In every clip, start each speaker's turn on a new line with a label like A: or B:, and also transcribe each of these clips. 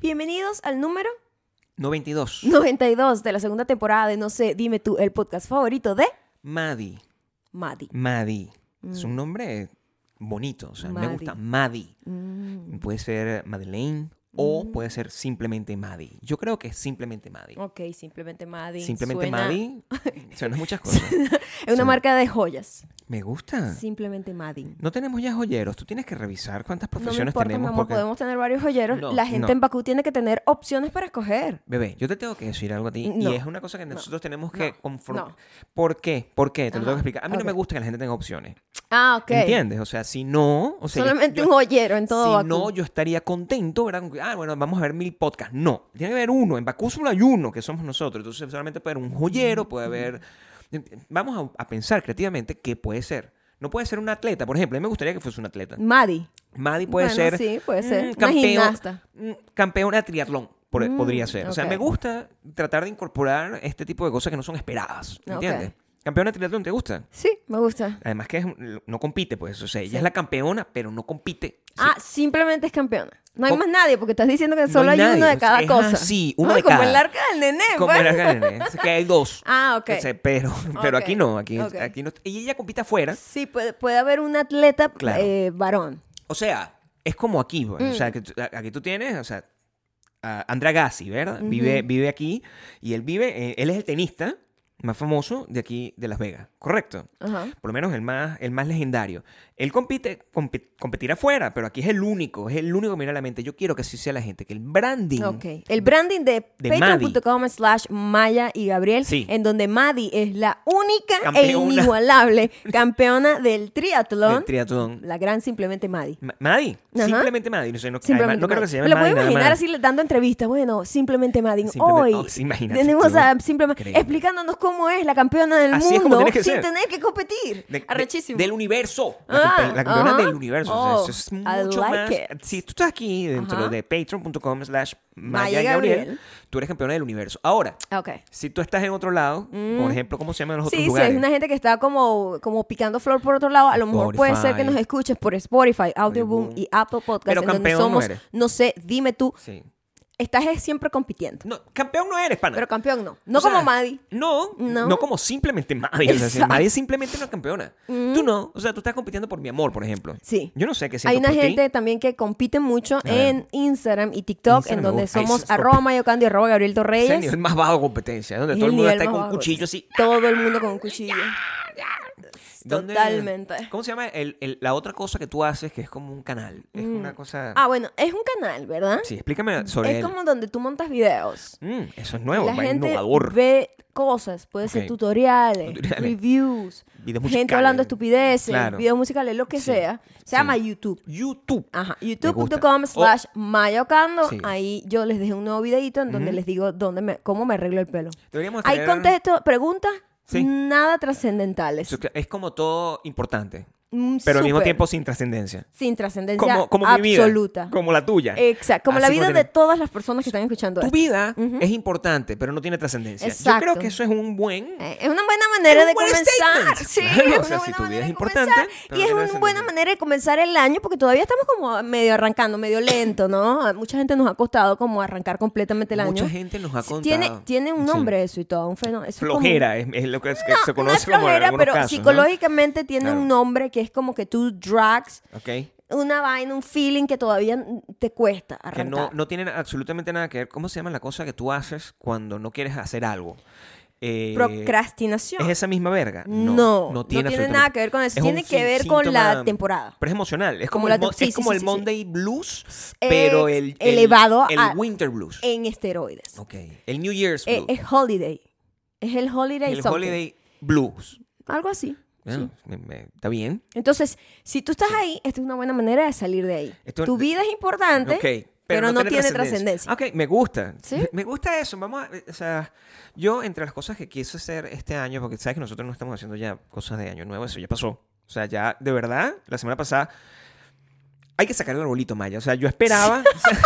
A: Bienvenidos al número
B: 92.
A: 92 de la segunda temporada de No sé, dime tú, el podcast favorito de
B: Madi.
A: Madi.
B: Madi. Es
A: Mm.
B: un nombre bonito. O sea, me gusta Madi. Puede ser Madeleine o
A: Mm.
B: puede ser simplemente Madi. Yo creo que es simplemente Madi.
A: Ok, simplemente Madi.
B: Simplemente
A: Suena-
B: Madi suena muchas cosas.
A: Es una
B: suena- Ah.
A: marca de joyas.
B: Me gusta.
A: Simplemente Madi.
B: No tenemos ya joyeros. Tú tienes que revisar cuántas
A: No me
B: profesiones
A: importa, mi
B: tenemos.
A: amor,
B: porque-
A: podemos tener varios joyeros.
B: No,
A: la gente
B: no.
A: en Bakú tiene que tener opciones para escoger.
B: Bebé, yo te tengo que decir algo a ti.
A: No,
B: y es una cosa que nosotros tenemos que
A: no,
B: conformar.
A: no.
B: ¿Por qué? ¿Por qué? Te
A: Ajá,
B: lo tengo que explicar. A mí no me
A: ok.
B: gusta que la gente tenga opciones.
A: Ah, ok.
B: ¿Entiendes? O sea, si no. O sea, yo-
A: Solamente
B: yo-
A: un joyero en todo
B: si
A: Bakú.
B: no, yo estaría contento, ¿verdad? Con que, Ah, bueno, vamos a ver mil podcasts. No, tiene que haber uno. En Bakú solo hay uno, que somos nosotros. Entonces, solamente puede haber un joyero, puede haber... eh, Vamos a, a pensar creativamente qué puede ser. No puede ser un atleta, por ejemplo. A mí me gustaría que fuese un atleta.
A: Madi.
B: Maddy puede
A: Bueno,
B: ser...
A: sí, puede ser. Una gimnasta.
B: mm, campeona de triatlón. por- e,
A: Mm,
B: podría ser. O sea,
A: ok.
B: me gusta tratar de incorporar este tipo de cosas que no son esperadas. ¿Entiendes? Campeona de triatlón, ¿te gusta?
A: Sí, me gusta.
B: Además que es un- no compite, pues. O sea, ella
A: Sí.
B: es la campeona, pero no compite.
A: Ah, simplemente es campeona. No hay
B: Co-
A: más nadie, porque estás diciendo que
B: No
A: solo
B: hay
A: hay, uno
B: nadie,
A: de cada
B: es
A: cosa.
B: así, uno
A: Ah,
B: de
A: Como
B: cada.
A: el arca del nené,
B: Como
A: pues.
B: era Karen, es que hay dos.
A: Ah, ok.
B: O sea, pero, pero
A: Ok,
B: aquí no, aquí,
A: ok.
B: aquí no. Y ella compite afuera.
A: Sí, puede, puede haber un atleta
B: Claro.
A: eh, varón.
B: O sea, es como aquí, pues. O sea,
A: Mm.
B: que tú- aquí tú tienes, o sea, a Andra Gassi, ¿verdad? vive, vive aquí y él vive, eh, él es el tenista más famoso de aquí, de Las Vegas, ¿correcto?
A: Ajá.
B: Por lo menos el más, el más legendario. Él compite, compi- competir afuera, pero aquí es el único, es el único que me viene a la mente. Yo quiero que así sea la gente, que el branding
A: Ok. El branding de,
B: De
A: patreon.com slash Maya y Gabriel,
B: Sí.
A: en donde Maddie es la única
B: Campeona.
A: e inigualable campeona del triatlón.
B: del triatlón
A: la gran simplemente Maddie.
B: Ma- Maddy,
A: Ajá.
B: simplemente Maddy. No, sé, no,
A: Simplemente
B: además, no creo que
A: Maddie.
B: se
A: Me
B: llame
A: lo
B: Maddy
A: puedo
B: nada
A: imaginar
B: más.
A: así dando entrevistas. Bueno, simplemente Maddie.
B: Simplemente-
A: Hoy
B: oh, sí, imagínate
A: tenemos
B: tú.
A: a simplemente
B: Increíble.
A: explicándonos cómo es la campeona del
B: Así es como
A: mundo
B: tiene que
A: sin
B: ser.
A: tener que competir.
B: De- de-
A: Arrechísimo.
B: del universo. La,
A: Ah,
B: campe- la campeona
A: ajá.
B: del universo. O sea,
A: Oh,
B: eso es
A: I
B: mucho
A: like
B: más.
A: it.
B: Si tú estás aquí dentro
A: Ajá.
B: de patreon.com slash
A: Maya
B: Maya y Gabriel,
A: Gabriel.
B: tú eres campeona del universo. Ahora,
A: Ok.
B: si tú estás en otro lado, por ejemplo, ¿cómo se llaman los otros
A: Mm. Sí, si
B: lugares?
A: es una gente que está como, como picando flor por otro lado, a lo mejor puede ser que
B: Spotify.
A: nos escuches por Spotify, Audioboom
B: Audioboom.
A: y Apple Podcast,
B: Pero
A: en donde
B: campeón no
A: somos,
B: eres.
A: no sé, dime tú,
B: Sí.
A: estás es siempre compitiendo,
B: No, campeón no eres, pana.
A: pero campeón no, no
B: O sea,
A: como Maddie.
B: No,
A: No.
B: no, como simplemente Maddie. O sea, si
A: Exacto. Mm.
B: Maddie es simplemente una campeona. Tú no. O sea, tú estás compitiendo por mi amor, por ejemplo.
A: Sí.
B: Yo no sé qué siento
A: Hay una
B: por ti.
A: gente también que compite mucho
B: ver.
A: en Instagram y TikTok,
B: Instagram
A: en
B: me
A: donde
B: gusta. Ahí
A: somos
B: se-
A: arroba mayocando y arroba Gabriel
B: Es el
A: Torreyes.
B: nivel más bajo de competencia, donde
A: Es
B: todo el mundo
A: nivel
B: está
A: más
B: con un
A: bajo.
B: cuchillo así.
A: Todo el mundo con un cuchillo.
B: ¿Dónde-
A: Totalmente.
B: ¿Cómo se llama el- el- la otra cosa que tú haces que es como un canal? Es una cosa.
A: Ah, bueno, es un canal, ¿verdad?
B: sí, explícame sobre
A: Es
B: él.
A: como donde tú montas videos.
B: Mm, eso es nuevo,
A: la
B: va
A: gente
B: innovador.
A: ve cosas, puede ser
B: Ok.
A: tutoriales,
B: Tutoriales.
A: reviews,
B: Videos
A: gente
B: musicales.
A: hablando estupideces,
B: Claro.
A: videos musicales, lo que
B: Sí,
A: sea. Se
B: sí.
A: llama YouTube.
B: YouTube.
A: Ajá,
B: gusta.
A: youtube.com
B: O-
A: slash mayocando.
B: Sí.
A: Ahí yo les dejé un nuevo videito en donde les digo dónde me, cómo me arreglo el pelo.
B: Deberíamos
A: Ahí
B: tener-
A: contesto preguntas
B: Sí.
A: nada trascendentales.
B: Es como todo importante,
A: Mm,
B: pero al mismo
A: súper.
B: tiempo sin trascendencia.
A: Sin trascendencia
B: Como, como mi vida.
A: absoluta.
B: Como la tuya.
A: Exacto, como la
B: Así
A: vida
B: tiene-
A: de todas las personas que están escuchando
B: Tu
A: esto.
B: vida es importante, pero no tiene trascendencia. Yo
A: Exacto.
B: creo que eso es un buen.
A: Eh, Es una buena manera
B: Es un
A: de
B: buen
A: comenzar.
B: statement.
A: Sí,
B: Claro,
A: es
B: o sea,
A: una
B: si
A: buena
B: tu vida
A: manera
B: es
A: de
B: importante,
A: comenzar. Y
B: pero no
A: es
B: tiene
A: una buena
B: trascendencia.
A: manera de comenzar el año porque todavía estamos como medio arrancando, medio lento, ¿no? A Mucha gente nos ha costado como arrancar completamente el año.
B: Mucha gente nos ha contado.
A: Tiene, tiene un
B: Sí.
A: nombre eso y todo, un fenómeno. eso es como-
B: Flojera es, es lo que, es- que
A: No,
B: se
A: no es
B: conoce como en
A: flojera,
B: algunos
A: pero
B: casos, ¿no?
A: psicológicamente tiene
B: Claro.
A: un nombre que es como que tú drags
B: Ok.
A: una vaina, un feeling que todavía te cuesta
B: que
A: arrancar.
B: no, no tienen absolutamente nada que ver. ¿Cómo se llama la cosa que tú haces cuando no quieres hacer algo? Eh,
A: Procrastinación.
B: ¿Es esa misma verga?
A: No,
B: No,
A: no
B: no
A: tiene
B: tiene, absolutamente-
A: nada que ver con eso.
B: Es un
A: Tiene que
B: sin-
A: ver con la
B: síntoma-
A: temporada.
B: Pero es emocional. Es
A: Como
B: como,
A: la
B: el, mo-
A: tem- sí,
B: es
A: sí,
B: como
A: sí,
B: el
A: sí, sí.
B: Monday Blues, pero
A: Ex-
B: el, el-
A: elevado
B: el
A: a-
B: Winter Blues.
A: En esteroides.
B: ok. El New Year's
A: Eh,
B: Blues.
A: Es, holiday. Es el holiday
B: el
A: something.
B: Holiday Blues.
A: Algo así.
B: Bueno, me- me- está bien.
A: Entonces, si tú estás ahí, esta es una buena manera de salir de ahí.
B: Esto-
A: tu vida es importante,
B: Ok,
A: pero, no, tiene trascendencia.
B: Ok, me gusta.
A: ¿Sí?
B: Me- Me gusta eso. Vamos a, o sea, yo entre las cosas que quise hacer este año, porque sabes que nosotros no estamos haciendo ya cosas de año nuevo, eso ya pasó. O sea, ya, de verdad, la semana pasada, hay que sacar el arbolito, Maya. O sea, yo esperaba. o sea,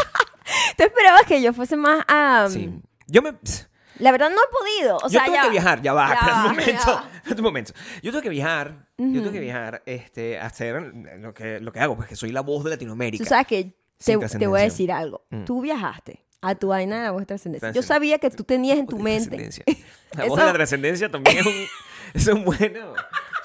A: Tú esperabas que yo fuese más a...
B: sí. Yo me. pss,
A: La verdad no he podido. O
B: yo
A: sea,
B: tuve
A: ya
B: que
A: va.
B: viajar, ya va,
A: Ya
B: espera
A: va,
B: un
A: ya
B: momento,
A: va.
B: espera un momento. Yo tuve que viajar, yo tuve que viajar, este, a hacer lo que, lo que hago, pues que soy la voz de
A: Tú
B: Latinoamérica.
A: sabes que
B: Sin
A: te, te voy a
B: trascendencia.
A: decir algo.
B: Mm.
A: Tú viajaste. A tu vaina de la voz de trascendencia. Yo
B: Trascend-
A: sabía que tú tenías en tu
B: Voz de
A: mente.
B: trascendencia. La voz de
A: Eso-
B: la trascendencia también es un, es un bueno.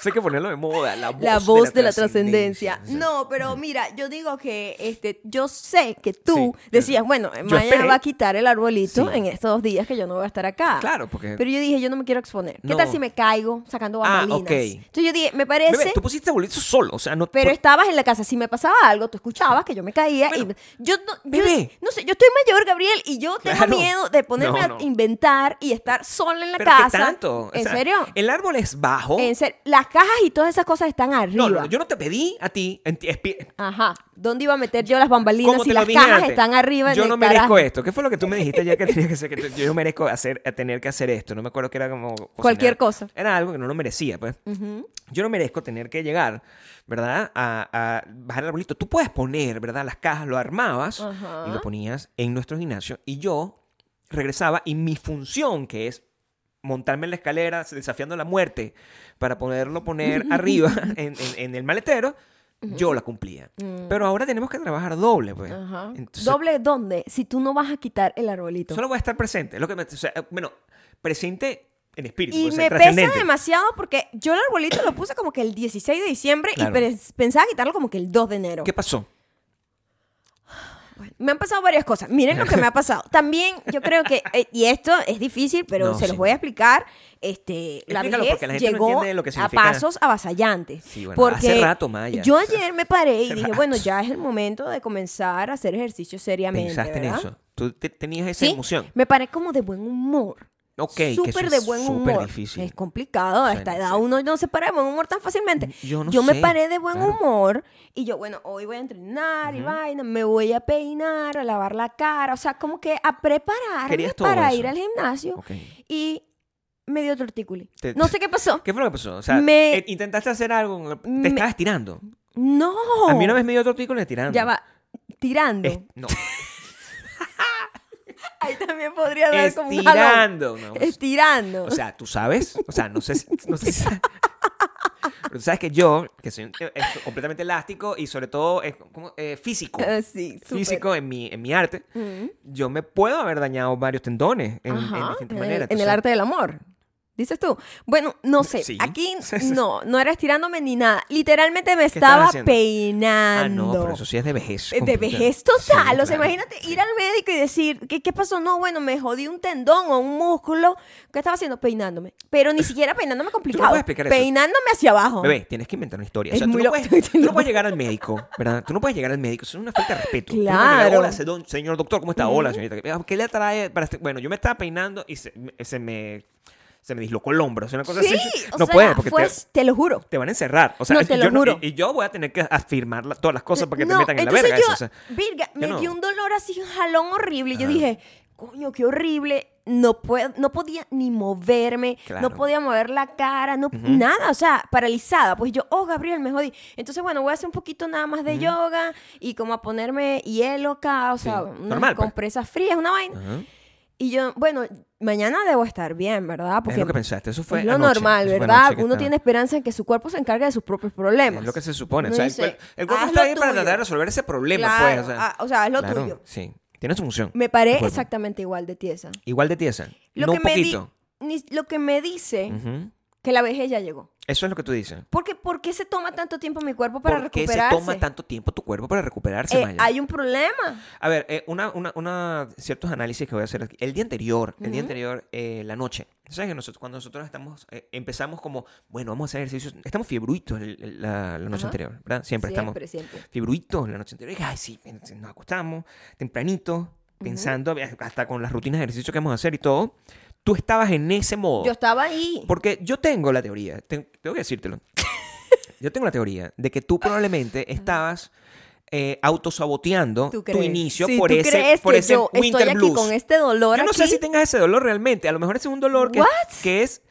B: Eso hay que ponerlo de moda. La voz,
A: La voz de la trascendencia.
B: trascendencia.
A: No, pero mira, yo digo que este, yo sé que tú
B: Sí.
A: decías, bueno, mañana
B: esperé.
A: va a quitar el arbolito
B: Sí.
A: en estos dos días que yo no voy a estar acá.
B: Claro, porque-
A: Pero yo dije, yo no me quiero exponer. ¿Qué
B: Eh, No.
A: tal si me caigo sacando
B: Ah,
A: bambalinas?
B: ok.
A: Entonces yo dije, me
B: Bebé,
A: parece,
B: tú pusiste boletos solo, o sea, no.
A: pero
B: por-
A: estabas en la casa. Si me pasaba algo, tú escuchabas que yo me caía.
B: Bueno,
A: y yo no, yo-
B: bebé.
A: no sé, yo estoy mayor, Gabriel, y yo tengo
B: Claro.
A: miedo de ponerme
B: No,
A: a
B: no.
A: inventar y estar sola en la
B: ¿pero qué
A: casa.
B: tanto? O
A: ¿En
B: sea,
A: serio?
B: El árbol es bajo.
A: En serio, las cajas y todas esas cosas están arriba.
B: no, no, yo no te pedí a ti. en ti- espi-
A: Ajá. ¿Dónde iba a meter yo las bambalinas
B: como
A: si
B: te lo
A: las
B: dije
A: cajas
B: antes,
A: están arriba? en
B: Yo
A: el
B: no merezco
A: garaje?
B: esto. ¿Qué fue lo que tú me dijiste ayer que tenía que hacer? Que te- yo no merezco hacer, a tener que hacer esto. No me acuerdo que era como. cocinar.
A: Cualquier cosa.
B: Era algo que no lo merecía, pues. Yo no merezco tener que llegar, ¿verdad? A, a bajar el arbolito. Tú puedes poner, ¿verdad? Las cajas, lo armabas
A: Ajá.
B: y lo ponías en nuestro gimnasio. Y yo regresaba y mi función, que es montarme en la escalera desafiando la muerte para poderlo poner arriba en, en- en el maletero, yo la cumplía. Pero ahora tenemos que trabajar doble, pues.
A: Mm. Ajá.
B: Entonces,
A: ¿Doble dónde? Si tú no vas a quitar el arbolito.
B: Solo voy a estar presente. es Lo que me- o sea, bueno, presente en espíritu. pues,
A: Y
B: o sea,
A: me pesa
B: trascendente.
A: demasiado porque yo el arbolito lo puse como que el 16 de diciembre
B: Claro.
A: y pres- pensaba quitarlo como que el 2 de enero.
B: ¿Qué pasó?
A: Me han pasado varias cosas. Miren lo que me ha pasado. También yo creo que, eh, y esto es difícil, pero
B: No,
A: se los
B: sí.
A: voy a explicar. Este, la
B: Explícalo,
A: vejez
B: porque la gente no
A: llegó
B: entiende lo que
A: a
B: significa.
A: pasos avasallantes.
B: Sí, bueno,
A: porque
B: hace rato, Maya.
A: Yo
B: O sea,
A: ayer me paré y
B: hace
A: dije,
B: rato.
A: bueno, ya es el momento de comenzar a hacer ejercicio seriamente.
B: Pensaste en
A: ¿verdad?
B: eso. Tú te- tenías esa
A: Sí,
B: emoción.
A: me paré como de buen humor.
B: Ok, que eso
A: súper de
B: es
A: buen
B: súper
A: humor.
B: difícil.
A: Es complicado. A esta
B: Bueno,
A: edad
B: sí.
A: uno no se para de buen humor tan fácilmente.
B: Yo no
A: me
B: sé,
A: paré de buen
B: claro.
A: humor y yo, bueno, hoy voy a entrenar y vaina, me voy a peinar, a lavar la cara, o sea, como que a prepararme
B: Querías todo
A: para
B: eso.
A: ir al gimnasio
B: Ok.
A: y me dio tortículi.
B: Te-
A: No sé qué pasó.
B: ¿Qué fue lo que pasó? O sea,
A: Me-
B: eh, intentaste hacer algo, te
A: Me-
B: estabas tirando.
A: No.
B: A mí una vez me dio otro pico le tirando.
A: Ya va. Tirando.
B: Es- no,
A: Ahí también podría dar como un jalón.
B: estirando. no.
A: Estirando.
B: O sea, tú sabes, o sea, no sé, si- no sé si- Pero tú sabes que yo, que soy un- eh, eh, completamente elástico y sobre todo eh, ¿cómo? Eh, físico,
A: Eh, sí, súper.
B: físico en mi, en mi arte,
A: Ujú.
B: yo me puedo haber dañado varios tendones en, en
A: Ajá,
B: distintas
A: en el-
B: maneras.
A: En el
B: Entonces, Mm,
A: arte del amor. Dices tú. Bueno, no sé.
B: Sí.
A: Aquí
B: Sí, sí.
A: no, no era estirándome ni nada. Literalmente me
B: estabas
A: estaba
B: haciendo?
A: peinando.
B: Ah, no, pero eso sí es de vejez.
A: Eh, De
B: completa.
A: vejez total.
B: Sí,
A: o sea,
B: claro.
A: imagínate ir al médico y decir, ¿qué, ¿qué pasó? No, bueno, me jodí un tendón o un músculo. ¿Qué estaba haciendo? Peinándome. Pero ni siquiera peinándome complicado.
B: puedes explicar eso.
A: Peinándome hacia abajo.
B: Bebé, tienes que inventar una historia. O
A: Es
B: sea, tú
A: muy
B: no,
A: loco.
B: puedes, tú no puedes llegar al médico, ¿verdad? Tú no puedes llegar al médico. Eso es una falta de respeto. Tú no puedes llegar,
A: Claro.
B: Hola, sedón- señor doctor, ¿cómo está? Hola, señorita. Ah, ¿Qué le atrae para este-?" Bueno, yo me estaba peinando y se, me- se me, se me dislocó el hombro. O sea, una cosa
A: Sí,
B: así.
A: o
B: No
A: sea,
B: puedes porque
A: fue-
B: te,
A: te lo juro.
B: te van a encerrar. O sea,
A: No, te lo
B: yo
A: juro.
B: y, y yo voy a tener que afirmar la- todas las cosas para que
A: No,
B: te metan en la
A: entonces
B: verga.
A: yo-
B: eso, o sea.
A: verga,
B: yo
A: me
B: no.
A: dio un dolor así, un jalón horrible. Y yo
B: Ajá.
A: dije, coño, qué horrible. No, puedo, no podía ni moverme, no
B: Claro.
A: podía mover la cara, no, nada, o sea, paralizada. Pues yo, oh, Gabriel, me jodí. Entonces, bueno, voy a hacer un poquito nada más de yoga y como a ponerme hielo acá, o sea, unas
B: normal, pues. Ah.
A: compresas frías, una vaina.
B: Ajá.
A: Y yo, bueno, mañana debo estar bien, ¿verdad?
B: Es
A: Porque
B: lo que pensaste. Eso fue
A: es lo
B: anoche,
A: normal,
B: eso fue
A: ¿verdad?
B: anoche que
A: Uno
B: estaba-
A: tiene esperanza en que su cuerpo se encargue de sus propios problemas.
B: Es lo que se supone.
A: Uno
B: o sea, el,
A: dice,
B: cuer- el cuerpo
A: "Haz
B: está
A: lo
B: ahí para
A: tuyo".
B: tratar de resolver ese problema,
A: Claro,
B: pues. O sea,
A: ah, o sea, es lo
B: Claro,
A: tuyo.
B: Sí. Tiene su función.
A: Me paré
B: el cuerpo.
A: exactamente igual de tiesa.
B: Igual de tiesa.
A: Lo
B: no
A: que
B: un
A: me di-
B: poquito.
A: ni- lo que me dice
B: Ujú.
A: que la vejez ya llegó.
B: Eso es lo que tú dices.
A: Porque, ¿Por qué se toma tanto tiempo mi cuerpo para
B: ¿Por qué se
A: recuperarse?
B: toma tanto tiempo tu cuerpo para recuperarse,
A: Eh,
B: Maya?
A: hay un problema.
B: A ver, eh, una, una, una- ciertos análisis que voy a hacer aquí. El día anterior, el día anterior, eh, la noche. ¿Sabes que nosotros, cuando nosotros estamos, eh, empezamos como, bueno, vamos a hacer ejercicios, estamos fiebruitos el- el- la, la noche
A: Ajá.
B: anterior, ¿verdad? Siempre, estamos
A: Siempre, siempre.
B: fiebruitos la noche anterior. Y, ay, sí, nos acostamos tempranito, pensando, hasta con las rutinas de ejercicio que vamos a hacer y todo. Tú estabas en ese modo.
A: Yo estaba ahí.
B: Porque yo tengo la teoría, ten- tengo que decírtelo. Yo tengo la teoría de que tú probablemente estabas eh, autosaboteando
A: ¿Tú
B: tu
A: crees?
B: inicio
A: Sí,
B: por
A: ¿tú
B: ese,
A: crees
B: por
A: que
B: ese
A: yo
B: winter
A: estoy aquí
B: blues.
A: con este dolor
B: yo no sé
A: aquí?
B: si tengas ese dolor realmente. A lo mejor ese es un dolor que,
A: What?
B: que es,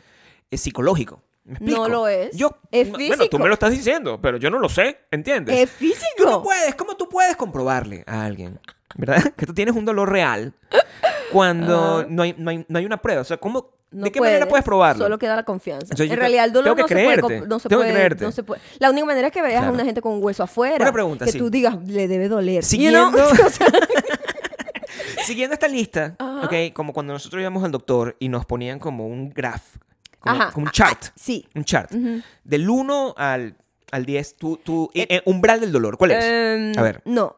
B: es psicológico. ¿Me explico?
A: lo es.
B: Yo,
A: Es
B: no- Bueno,
A: físico.
B: tú me lo estás diciendo, pero yo no lo sé, ¿entiendes?
A: Es
B: Tú no
A: físico.
B: puedes, ¿cómo tú puedes comprobarle a alguien? ¿Verdad? Que tú tienes un dolor real cuando no, hay, no, hay, no hay una prueba. O sea, ¿cómo,
A: Ah. No
B: ¿de qué manera puedes probarlo?
A: Solo queda la confianza.
B: Entonces yo
A: en
B: te-
A: realidad el dolor
B: tengo que
A: no, se puede
B: creerte,
A: comp- no se
B: tengo que
A: puede.
B: creerte.
A: no se puede. La única manera es que veas a
B: Claro.
A: una gente con un hueso afuera.
B: Una pregunta,
A: que
B: sí.
A: tú digas, le debe doler. You
B: Siguiendo-
A: know? O sea,
B: Siguiendo esta lista,
A: Ajá.
B: ok, como cuando nosotros íbamos al doctor y nos ponían como un graph, como,
A: Ajá,
B: como
A: ah,
B: un chart,
A: ah, sí.
B: un chart. Del 1 al, al 10, tu, tu eh, eh, umbral del dolor, ¿cuál es?
A: Em,
B: A ver.
A: No.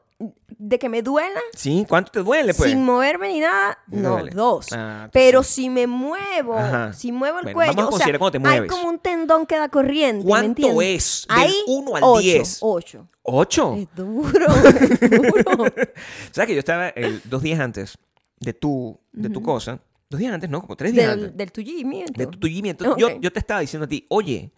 A: De que me duela
B: ¿Sí? ¿Cuánto te duele, pues?
A: sin moverme ni nada,
B: Me
A: no,
B: duele.
A: dos.
B: Ah,
A: Pero si me muevo,
B: Ajá.
A: si muevo el
B: Bueno,
A: cuello,
B: vamos a
A: o sea,
B: considerar cuando te
A: hay
B: mueves.
A: como un tendón que da corriente, ¿me
B: ¿Cuánto
A: entiendes?
B: es? Del
A: Ahí,
B: uno al
A: ocho,
B: diez. Oh.
A: ocho.
B: ¿Ocho?
A: Es duro, es duro.
B: ¿Sabes que yo estaba el- dos días antes de tu, de tu cosa? Dos días antes, ¿no? Como tres días antes.
A: del, del tullimiento.
B: de tu tullimiento.
A: Ok.
B: Yo, yo te estaba diciendo a ti, oye,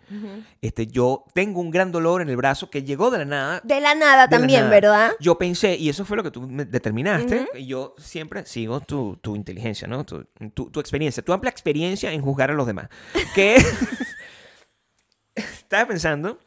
B: este, yo tengo un gran dolor en el brazo que llegó de la nada.
A: De la nada
B: de la
A: también,
B: nada.
A: ¿verdad?
B: Yo pensé, y eso fue lo que tú me determinaste, y yo siempre sigo tu, tu inteligencia, ¿no? Tu, tu- tu experiencia, tu amplia experiencia en juzgar a los demás. Que estaba pensando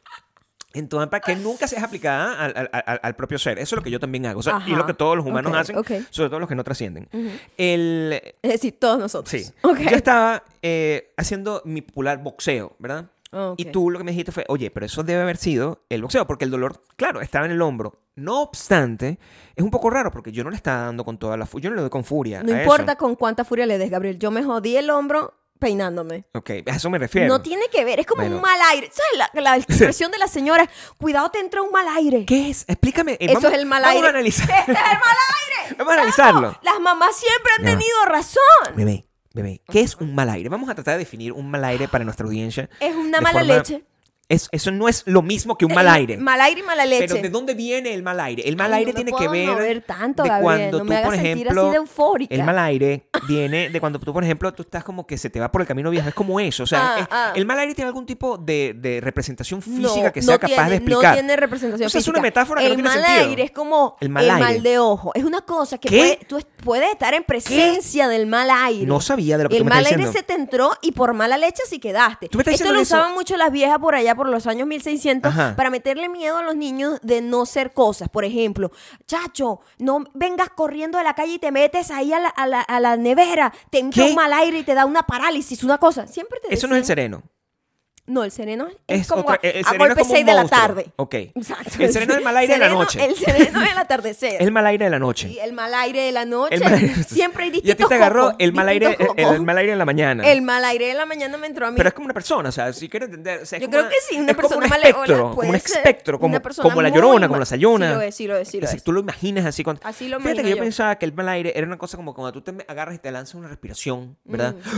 B: en tu amplia que nunca seas aplicada al, al- al- al propio ser. Eso es lo que yo también hago. O sea, y
A: Ajá.
B: lo que todos los humanos
A: Ok,
B: hacen,
A: ok.
B: sobre todo los que no trascienden. El,
A: Es decir, todos nosotros.
B: Sí.
A: Ok.
B: Yo estaba eh, haciendo mi popular boxeo, ¿verdad?
A: Ah, ok.
B: Y tú lo que me dijiste fue, oye, pero eso debe haber sido el boxeo, porque el dolor, claro, estaba en el hombro. No obstante, es un poco raro porque yo no le estaba dando con toda la furia. Yo no le doy con furia.
A: No
B: a
A: importa
B: Eso.
A: con cuánta furia le des, Gabriel. Yo me jodí el hombro peinándome.
B: Ok, a eso me refiero.
A: No tiene que ver, es como
B: Bueno.
A: un mal aire. ¿Sabes? La, la expresión de la señora, cuidado, te entra un mal aire.
B: ¿Qué es? Explícame. eh,
A: Eso
B: vamos-
A: es el mal
B: Vamos
A: aire.
B: a analizar.
A: Este es el mal aire.
B: Vamos a analizarlo.
A: Las mamás siempre han
B: Ya.
A: tenido razón.
B: Bebé, bebé, ¿qué es un mal aire? Vamos a tratar de definir un mal aire para nuestra audiencia.
A: Es una
B: de
A: mala
B: forma-
A: leche.
B: Es- eso no es lo mismo que un mal
A: Eh,
B: aire.
A: Mal aire y mala leche.
B: Pero ¿de dónde viene el mal aire? El mal
A: Ay,
B: aire
A: no me
B: tiene
A: puedo
B: que ver
A: mover tanto,
B: de
A: Gabriel.
B: cuando
A: No
B: tú,
A: me hagas
B: por
A: sentir así de
B: ejemplo,
A: eufórica.
B: el mal aire viene de cuando tú, por ejemplo, tú estás como que se te va por el camino viejo. Es como eso, o sea,
A: Ah,
B: es-
A: ah.
B: el mal aire tiene algún tipo de, de representación
A: No,
B: física que
A: no
B: sea capaz
A: tiene-
B: de explicar.
A: No tiene representación
B: O sea, es
A: física.
B: una metáfora que
A: el
B: no tiene
A: mal
B: sentido.
A: aire es como el
B: El
A: mal,
B: mal aire.
A: de ojo. Es una cosa que
B: ¿Qué?
A: puede, tú es- puedes estar en presencia del mal aire.
B: No sabía de lo que
A: el
B: pues tú me
A: mal
B: estás
A: aire
B: diciendo.
A: se te entró y por mala leche sí quedaste.
B: Tú me estás
A: Esto
B: diciendo
A: lo
B: eso.
A: usaban mucho las viejas por allá por los años 1600
B: Ajá.
A: para meterle miedo a los niños de no ser cosas. Por ejemplo, chacho, no vengas corriendo de la calle y te metes ahí a la, a la- a la nevera, te entra
B: ¿Qué?
A: un mal aire y te da una parálisis, una cosa. Siempre te
B: Eso no es el
A: decían-
B: sereno.
A: No, el sereno es,
B: Es
A: como
B: otra-
A: a,
B: el- el
A: a
B: sereno es
A: golpe
B: como un
A: 6 de la
B: monstruo.
A: tarde.
B: Ok.
A: Exacto.
B: El sereno es el mal aire de la
A: sereno-
B: noche.
A: El sereno es el atardecer.
B: Es el mal aire de la
A: Y
B: noche.
A: el mal aire de la noche.
B: El mal aire-
A: Siempre hay
B: Y a ti
A: distintos
B: te agarró
A: cocos,
B: el mal, aire,
A: distintos
B: el,
A: cocos.
B: el mal aire en la mañana.
A: El mal aire de la mañana me entró a mí.
B: Pero es como una persona, o sea, si quieres entender. o sea, es
A: Yo
B: como
A: creo que sí, una
B: es como
A: persona
B: un
A: maleola
B: espectro,
A: puede
B: como un
A: ser
B: espectro, como,
A: una persona
B: como la
A: muy
B: llorona,
A: ma-
B: como la sayona.
A: Sí lo es, sí lo es, sí lo
B: Es decir,
A: es.
B: Tú lo imaginas así. Cuando...
A: Así lo
B: Fíjate que
A: imagino
B: yo,
A: yo.
B: pensaba que el mal aire era una cosa como cuando tú te me- agarras y te lanzas una respiración, ¿verdad?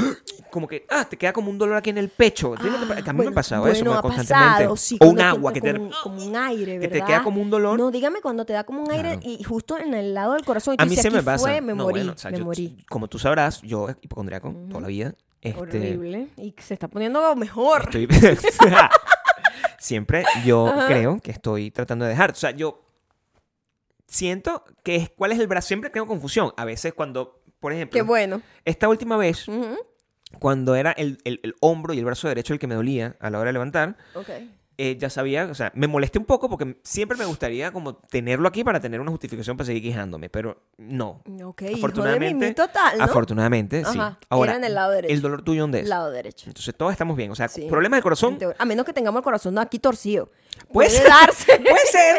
B: Como que, ah, te queda como un dolor aquí en el pecho. ¿A ti no te pa- que a mí
A: Mm.
B: me
A: Ah, Bueno,
B: ha pasado
A: bueno,
B: eso como
A: ha
B: constantemente.
A: pasado, sí,
B: o
A: cuando
B: un agua que
A: entra
B: te...
A: como, un- como un aire,
B: que
A: ¿verdad?
B: te queda como un dolor.
A: No, dígame cuando te da como un aire
B: Claro.
A: y justo en el lado del corazón. Y tú
B: A mí
A: dices,
B: se me
A: "Aquí
B: pasa.
A: Fue, me
B: No,
A: morí,
B: bueno, o sea,
A: me
B: yo-
A: morí.
B: Como tú sabrás, yo hipocondriaco toda la vida. Este,
A: Horrible. Y se está poniendo mejor.
B: Estoy- Siempre yo creo que estoy tratando de dejar. O sea, yo siento que es cuál es el brazo. Siempre tengo confusión. A veces cuando, por
A: Qué
B: ejemplo,
A: bueno.
B: esta última vez,
A: Ujú.
B: cuando era el, el- el hombro y el brazo derecho el que me dolía a la hora de levantar,
A: Ok.
B: eh, ya sabía, o sea, me molesté un poco porque siempre me gustaría como tenerlo aquí para tener una justificación para seguir quejándome, pero no.
A: Ok, hijo de mimí total, ¿no?
B: afortunadamente,
A: Ajá,
B: sí. Ahora,
A: era en el lado derecho.
B: ¿el dolor tuyo dónde es?
A: Lado derecho.
B: Entonces todos estamos bien. O sea,
A: Sí.
B: problemas del corazón,
A: En teoría. A menos que tengamos el corazón aquí torcido.
B: Puede ser.
A: darse.
B: Puede ser.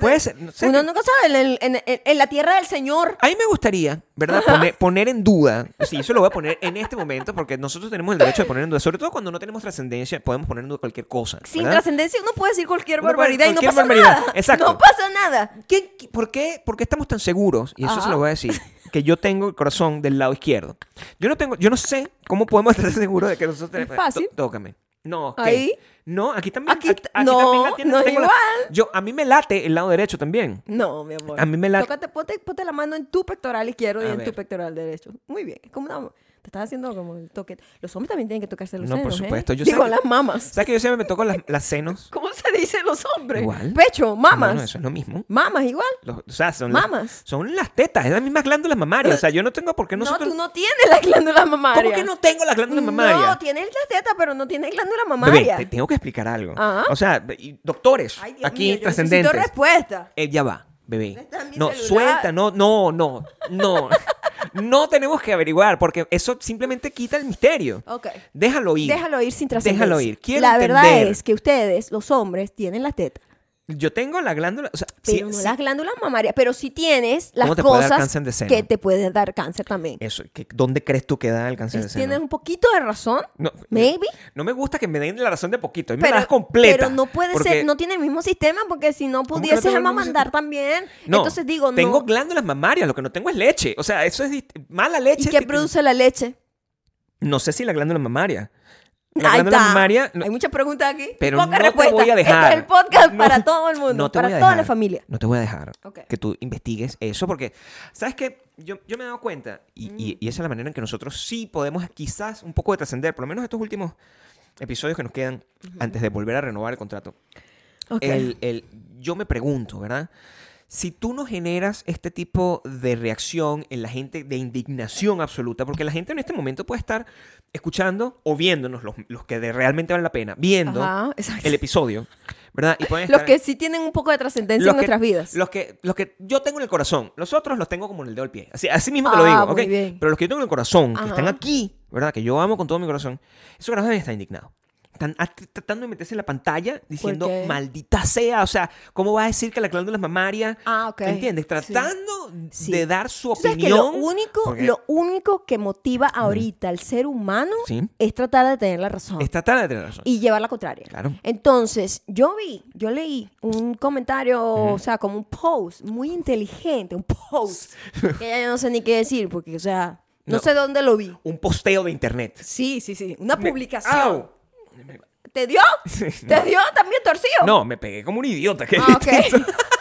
B: Puede ser. No sé.
A: Uno nunca sabe. En, el- en- en- en la tierra del Señor.
B: A mí me gustaría, ¿verdad? Poner, poner en duda. Sí, eso lo voy a poner en este momento porque nosotros tenemos el derecho de poner en duda. Sobre todo cuando no tenemos trascendencia, podemos poner en duda cualquier cosa.
A: Sin
B: ¿verdad?
A: trascendencia uno puede decir cualquier
B: Uno puede
A: barbaridad y no pasa
B: cualquier barbaridad,
A: nada.
B: exacto.
A: No pasa nada.
B: ¿Qué- qué- por, qué, por qué estamos tan seguros? Y eso
A: Ajá.
B: se lo voy a decir. Que yo tengo el corazón del lado izquierdo. Yo no tengo, yo no sé cómo podemos estar seguros de que nosotros tenemos.
A: fácil.
B: Tó- Tócame. No, ¿qué?
A: Ahí.
B: No, aquí también.
A: Aquí-
B: también
A: no, no es
B: tengo la-
A: igual.
B: yo, a mí me late el lado derecho también.
A: No, mi amor.
B: A mí me la-
A: Tócate, ponte, ponte la mano en tu pectoral izquierdo y
B: A
A: en tu
B: ver.
A: pectoral derecho. Muy bien. Es como una- Te estás haciendo como el toque. Los hombres también tienen que tocarse los
B: No, por
A: senos, ¿eh?
B: supuesto. Yo sé
A: Digo,
B: que-
A: las mamas.
B: ¿Sabes que yo siempre me toco las, las senos?
A: ¿Cómo se dice los hombres?
B: Igual.
A: Pecho, mamas.
B: No, no, eso es lo mismo.
A: Mamas igual.
B: Los- o sea, son
A: Mamas.
B: Las, son las tetas, es las mismas glándulas mamarias. O sea, yo no tengo por qué
A: No,
B: nosotros.
A: tú no tienes la glándula mamaria.
B: ¿Cómo que no tengo las glándulas mamarias?
A: No, tienes la teta, pero no tienes glándula
B: Bebé,
A: mamaria.
B: te tengo que explicar algo.
A: Ajá.
B: O sea, y- doctores,
A: Ah. Ay, Dios mío,
B: aquí
A: yo
B: trascendentes.
A: necesito respuesta.
B: Eh, ya va, bebé.
A: está mi
B: No,
A: celular.
B: suelta, no, no, no, no. no tenemos que averiguar porque eso simplemente quita el misterio.
A: Ok.
B: Déjalo ir.
A: Déjalo ir sin trascendencia.
B: Déjalo ir. Quiero
A: la verdad
B: entender.
A: es que ustedes, los hombres, tienen la teta.
B: Yo tengo la glándula. O sea, sí,
A: Pero no
B: sí,
A: las glándulas mamarias. Pero sí tienes las
B: ¿Cómo te puede dar
A: cosas
B: cáncer de seno?
A: que te pueden dar cáncer también.
B: Eso, que- ¿dónde crees tú que da el cáncer de
A: Entonces, Tienes
B: seno?
A: un poquito de razón,
B: No,
A: maybe.
B: no me gusta que me den la razón de poquito, a mí me la
A: Pero,
B: das completa.
A: pero no puede ser,
B: porque-
A: no tiene el mismo sistema porque si no
B: ¿Cómo que no
A: pudieses
B: tengo el mismo
A: mandar también.
B: No,
A: Entonces digo,
B: tengo
A: no.
B: glándulas mamarias, lo que no tengo es leche. O sea, eso es dist- mala leche.
A: ¿Y qué
B: que-
A: produce la leche?
B: No sé si la glándula mamaria. La
A: Ahí
B: glándula
A: está.
B: mamaria. no-
A: Hay muchas preguntas aquí.
B: Pero
A: poca
B: no te
A: respuesta.
B: voy a dejar.
A: Este es el podcast
B: No,
A: para todo el mundo,
B: no te
A: para
B: voy a
A: toda la
B: dejar.
A: familia.
B: No te voy a dejar
A: Ok.
B: que tú investigues eso porque, ¿sabes qué? Yo, yo me he dado cuenta, y, y-
A: Mm.
B: y esa es la manera en que nosotros sí podemos quizás un poco de trascender, por lo menos estos últimos episodios que nos quedan antes de volver a renovar el contrato.
A: Ok.
B: El, el- yo me pregunto, ¿verdad? Si tú no generas este tipo de reacción en la gente, de indignación absoluta, porque la gente en este momento puede estar escuchando o viéndonos, los, los que de- realmente valen la pena, viendo
A: Ajá, exacto.
B: el episodio, ¿verdad? Y pueden
A: Los
B: estar-
A: que sí tienen un poco de trascendencia
B: los
A: en nuestras
B: que,
A: vidas.
B: Los que, los que yo tengo en el corazón, los otros los tengo como en el dedo del pie. Así, así mismo te lo
A: Ah,
B: digo,
A: muy
B: ¿ok?
A: bien.
B: Pero los que yo tengo en el corazón, que
A: Ajá.
B: están aquí, ¿verdad? Que yo amo con todo mi corazón, esos carajos deben estar indignados. Están at- tratando de meterse en la pantalla diciendo,
A: qué?
B: maldita sea, o sea, ¿cómo vas a decir que la glándula es mamaria?
A: Ah, ok.
B: ¿Entiendes?
A: Sí.
B: Tratando
A: Sí.
B: de dar su
A: ¿Tú sabes
B: opinión.
A: que lo único,
B: porque
A: lo único que motiva ahorita al ser humano
B: Sí.
A: es tratar de tener la razón
B: es tratar de tener razón.
A: y llevar la contraria.
B: Claro.
A: Entonces, yo vi, yo leí un comentario, o sea, como un post muy inteligente, un post, que ya yo no sé ni qué decir, porque, o sea, no,
B: No.
A: sé dónde lo vi.
B: Un posteo de internet.
A: Sí, sí, sí, una
B: Me-
A: publicación.
B: ¡Au!
A: ¿Te dio? ¿Te dio también torcido?
B: No, me pegué como un idiota. que-
A: Ah, ok.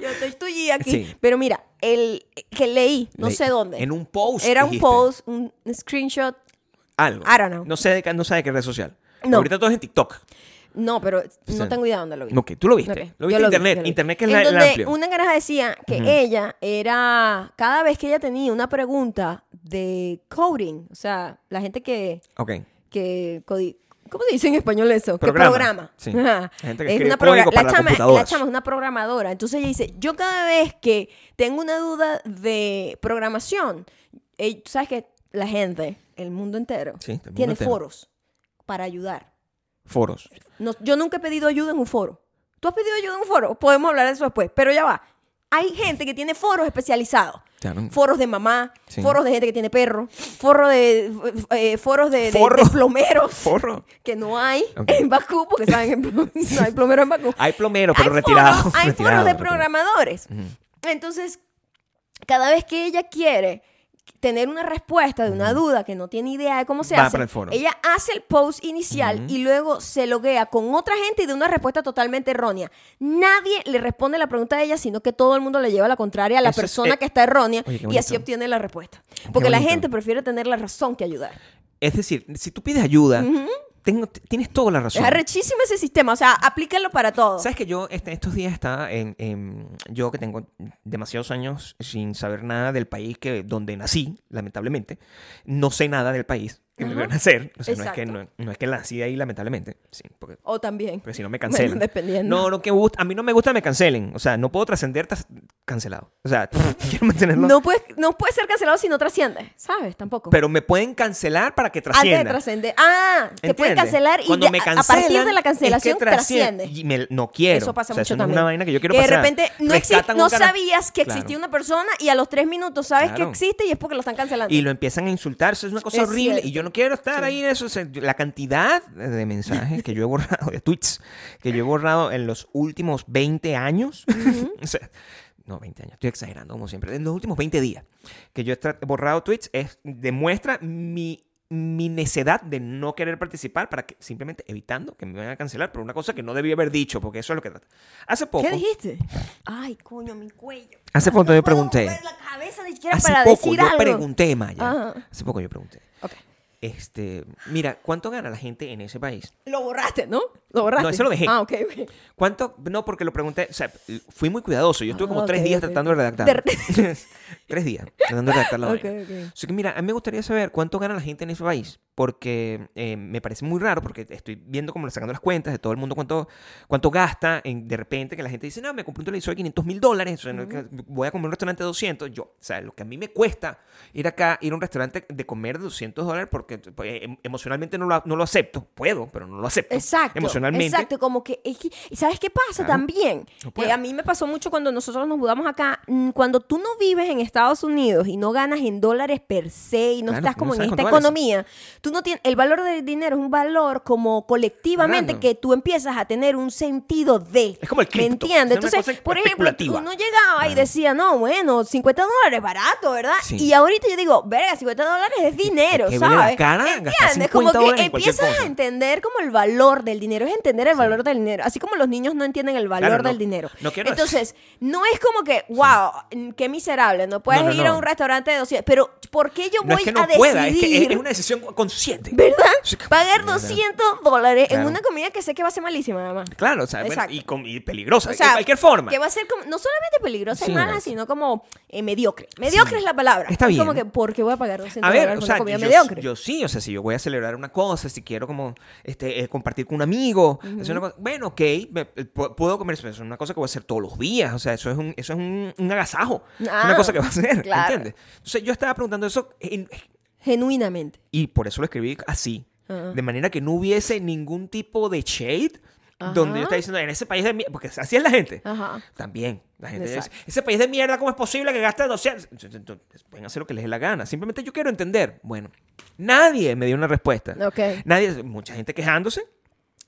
A: Yo estoy estoy aquí.
B: Sí.
A: Pero mira, el que leí, no
B: Leí-
A: sé dónde.
B: en un post,
A: Era un
B: dijiste.
A: post, un screenshot.
B: Algo.
A: I don't know.
B: No sé de, qué- no sé de qué red social.
A: No.
B: Ahorita todo es en TikTok.
A: No, pero
B: Sí.
A: no tengo idea dónde lo vi.
B: Ok, tú lo viste.
A: Ok,
B: Lo
A: yo
B: viste en
A: vi, yo
B: internet.
A: lo vi.
B: internet que es
A: En
B: la- el
A: donde
B: amplio.
A: Una garaja decía que ella era, cada vez que ella tenía una pregunta de coding, o sea, la gente que,
B: Ok.
A: que codi- ¿Cómo se dice en español eso? Que
B: Programa.
A: programa.
B: Sí.
A: Ajá.
B: La gente que
A: es
B: escribe
A: una
B: código
A: progra- la,
B: para las
A: chama, la
B: computadoras.
A: chama es una programadora. Entonces ella dice, yo cada vez que tengo una duda de programación, eh, tú sabes que la gente, el mundo entero,
B: Sí, el mundo
A: tiene
B: entero.
A: foros para ayudar.
B: Foros.
A: No, yo nunca he pedido ayuda en un foro. ¿Tú has pedido ayuda en un foro? Podemos hablar de eso después, pero ya va. Hay gente que tiene foros especializados.
B: Claro.
A: Foros de mamá,
B: Sí.
A: foros de gente que tiene perro, foros de, eh, foros de, de-
B: Forro.
A: de plomeros
B: Forro.
A: que no hay
B: Ok.
A: en Bakú, porque saben que pl- no hay plomero en Bakú.
B: Hay plomero, pero
A: Hay
B: retirado.
A: foros- hay
B: retirado,
A: foros de
B: retirado.
A: programadores. Entonces, cada vez que ella quiere tener una respuesta de una duda que no tiene idea de cómo se
B: Va
A: hace,
B: para el foro.
A: ella hace el post inicial y luego se loguea con otra gente y de una respuesta totalmente errónea. Nadie le responde la pregunta de ella, sino que todo el mundo le lleva la contraria a la
B: Eso es,
A: persona
B: eh,
A: que está errónea
B: oye, qué
A: y así
B: bonito.
A: obtiene la respuesta. Porque la
B: bonito.
A: gente prefiere tener la razón que ayudar.
B: Es decir, si tú pides ayuda, tengo- t- tienes toda la
A: Es
B: razón.
A: arrechísimo ese sistema, o sea, aplícalo para todo.
B: ¿Sabes que yo este, estos días estaba en, en- Yo que tengo demasiados años sin saber nada del país que, donde nací, lamentablemente. No sé nada del país que me
A: Ajá.
B: vio nacer. O sea, no es, que,
A: Exacto.
B: no, no es que nací ahí, lamentablemente. Sí, porque
A: O también.
B: Porque si no me cancelan.
A: Bueno, dependiendo.
B: No, no, que gust- a mí no me gusta que me cancelen. O sea, no puedo trascender tras- cancelado. O sea, quiero mantenerlo.
A: No puedes, no puedes ser cancelado si no trasciendes, ¿sabes? Tampoco.
B: Pero me pueden cancelar para que
A: Antes de
B: trascienda.
A: trascender. Ah, te pueden
B: ¿Entiendes?
A: cancelar y
B: Cuando
A: de-
B: me
A: a- a
B: cancelan,
A: partir de la
B: es que
A: cancelación
B: trasciende.
A: trasciende.
B: Y me- no quiero.
A: Eso pasa
B: O sea,
A: mucho
B: no es
A: también.
B: una vaina que yo quiero
A: Que de
B: pasar.
A: repente no, exi-
B: Rescatan
A: no
B: un carajo-
A: sabías que
B: Claro.
A: existía una persona y a los tres minutos sabes
B: Claro.
A: que existe y es porque lo están cancelando.
B: Y lo empiezan a insultar. Eso es una cosa
A: Es
B: horrible.
A: cierto.
B: Y yo no quiero estar ahí en eso. O sea, la cantidad de mensajes que yo he borrado, de tweets que yo he borrado en los últimos 20 años. o sea, no, 20 años, estoy exagerando como siempre. En los últimos 20 días que yo he tra- borrado tweets es, demuestra mi, mi necedad de no querer participar para que simplemente evitando que me vayan a cancelar por una cosa que no debía haber dicho, porque eso es lo que trata. Hace poco,
A: ¿Qué dijiste? Ay, coño, mi cuello.
B: Hace
A: No
B: poco
A: puedo
B: yo pregunté.
A: mover la cabeza ni siquiera
B: hace
A: para
B: poco
A: decir
B: yo
A: algo.
B: pregunté, Maya.
A: Ajá.
B: Hace poco yo pregunté.
A: Ok.
B: Este, mira, ¿cuánto gana la gente en ese país?
A: Lo borraste, ¿no? Lo borraste.
B: No, eso lo dejé.
A: Ah, ok.
B: ¿Cuánto? No, porque lo pregunté, o sea, fui muy cuidadoso. Yo estuve como
A: Ah,
B: tres
A: ok,
B: días
A: ok.
B: tratando de
A: De
B: redactar. tres días tratando de redactar la
A: Ok,
B: vaina.
A: ok.
B: Así que mira, a mí me gustaría saber cuánto gana la gente en ese país, porque eh, me parece muy raro, porque estoy viendo como sacando las cuentas de todo el mundo cuánto, cuánto gasta, en, de repente que la gente dice, no, me compré un televisor de 500 mil dólares, o sea, no, que voy a comer un restaurante de 200, yo, o sea, lo que a mí me cuesta ir acá, ir a un restaurante de comer de 200 dólares, porque porque pues, em- emocionalmente no lo, no lo acepto. Puedo, pero no lo acepto.
A: Exacto.
B: Emocionalmente.
A: Exacto, como que. es que- ¿Y sabes qué pasa
B: Claro.
A: también?
B: No
A: Eh,
B: puedo.
A: a mí me pasó mucho cuando nosotros nos mudamos acá. mm, Cuando tú no vives en Estados Unidos y no ganas en dólares per se y no
B: Claro,
A: estás
B: no
A: como en
B: sabes
A: esta
B: cuánto vales.
A: economía, tú no tienes. El valor del dinero es un valor como colectivamente
B: Claro.
A: que tú empiezas a tener un sentido de.
B: Es como el
A: ¿Me
B: cripto,
A: entiendes?
B: es una
A: Entonces,
B: cosa
A: por ejemplo,
B: especulativa.
A: uno llegaba y decía, no, bueno, 50 dólares, barato, ¿verdad?
B: Sí.
A: Y ahorita yo digo, verga, 50 dólares es dinero,
B: que verle la
A: ¿sabes?
B: cara, gastar
A: ¿Entiendes?
B: 50
A: Como
B: dólares
A: que
B: en cualquier
A: empiezas a
B: cosa.
A: entender como el valor del dinero, es entender el valor del dinero, así como los niños no entienden el valor
B: Claro, no.
A: del dinero.
B: No quiero
A: Entonces, no es como que, wow, mm, qué miserable, no puedes
B: No, no,
A: ir a
B: no.
A: un restaurante de 200, pero ¿por qué yo
B: No
A: voy
B: es que no
A: a decidir?
B: pueda, es que es, es una decisión consciente.
A: ¿Verdad?
B: Sí, claro.
A: Pagar 200 dólares en
B: Claro.
A: una comida que sé que va a ser malísima, además.
B: Claro, o sea, bueno,
A: Exacto.
B: y, con- y peligrosa,
A: O sea,
B: de cualquier forma.
A: Que va a ser como- no solamente peligrosa y
B: Sí,
A: mala,
B: no.
A: sino como eh, mediocre. Mediocre es la palabra.
B: Está
A: Es como
B: bien.
A: que, ¿por qué voy a pagar 200
B: A ver,
A: dólares
B: o
A: por
B: sea,
A: una comida
B: yo,
A: mediocre?
B: yo sí, o sea, si yo voy a celebrar una cosa, si quiero como este, eh, compartir con un amigo, hacer una cosa- bueno, ok, me- eh, pu- puedo comer eso, es una cosa que voy a hacer todos los días, o sea, eso es un, eso es un, un agasajo, es
A: Ah,
B: una cosa que voy a hacer,
A: claro.
B: ¿entiendes? Entonces yo estaba preguntando eso en-
A: Genuinamente.
B: y por eso lo escribí así,
A: Ajá.
B: de manera que no hubiese ningún tipo de shade donde
A: Ajá.
B: yo estaba diciendo, en ese país de mierda, porque así es la gente.
A: Ajá.
B: También. La gente dice,
A: Exacto.
B: ese país de mierda, ¿cómo es posible que gasten 200? Entonces, Pueden hacer lo que les dé la gana. Simplemente yo quiero entender. Bueno, nadie me dio una respuesta.
A: Ok.
B: Nadie, mucha gente quejándose.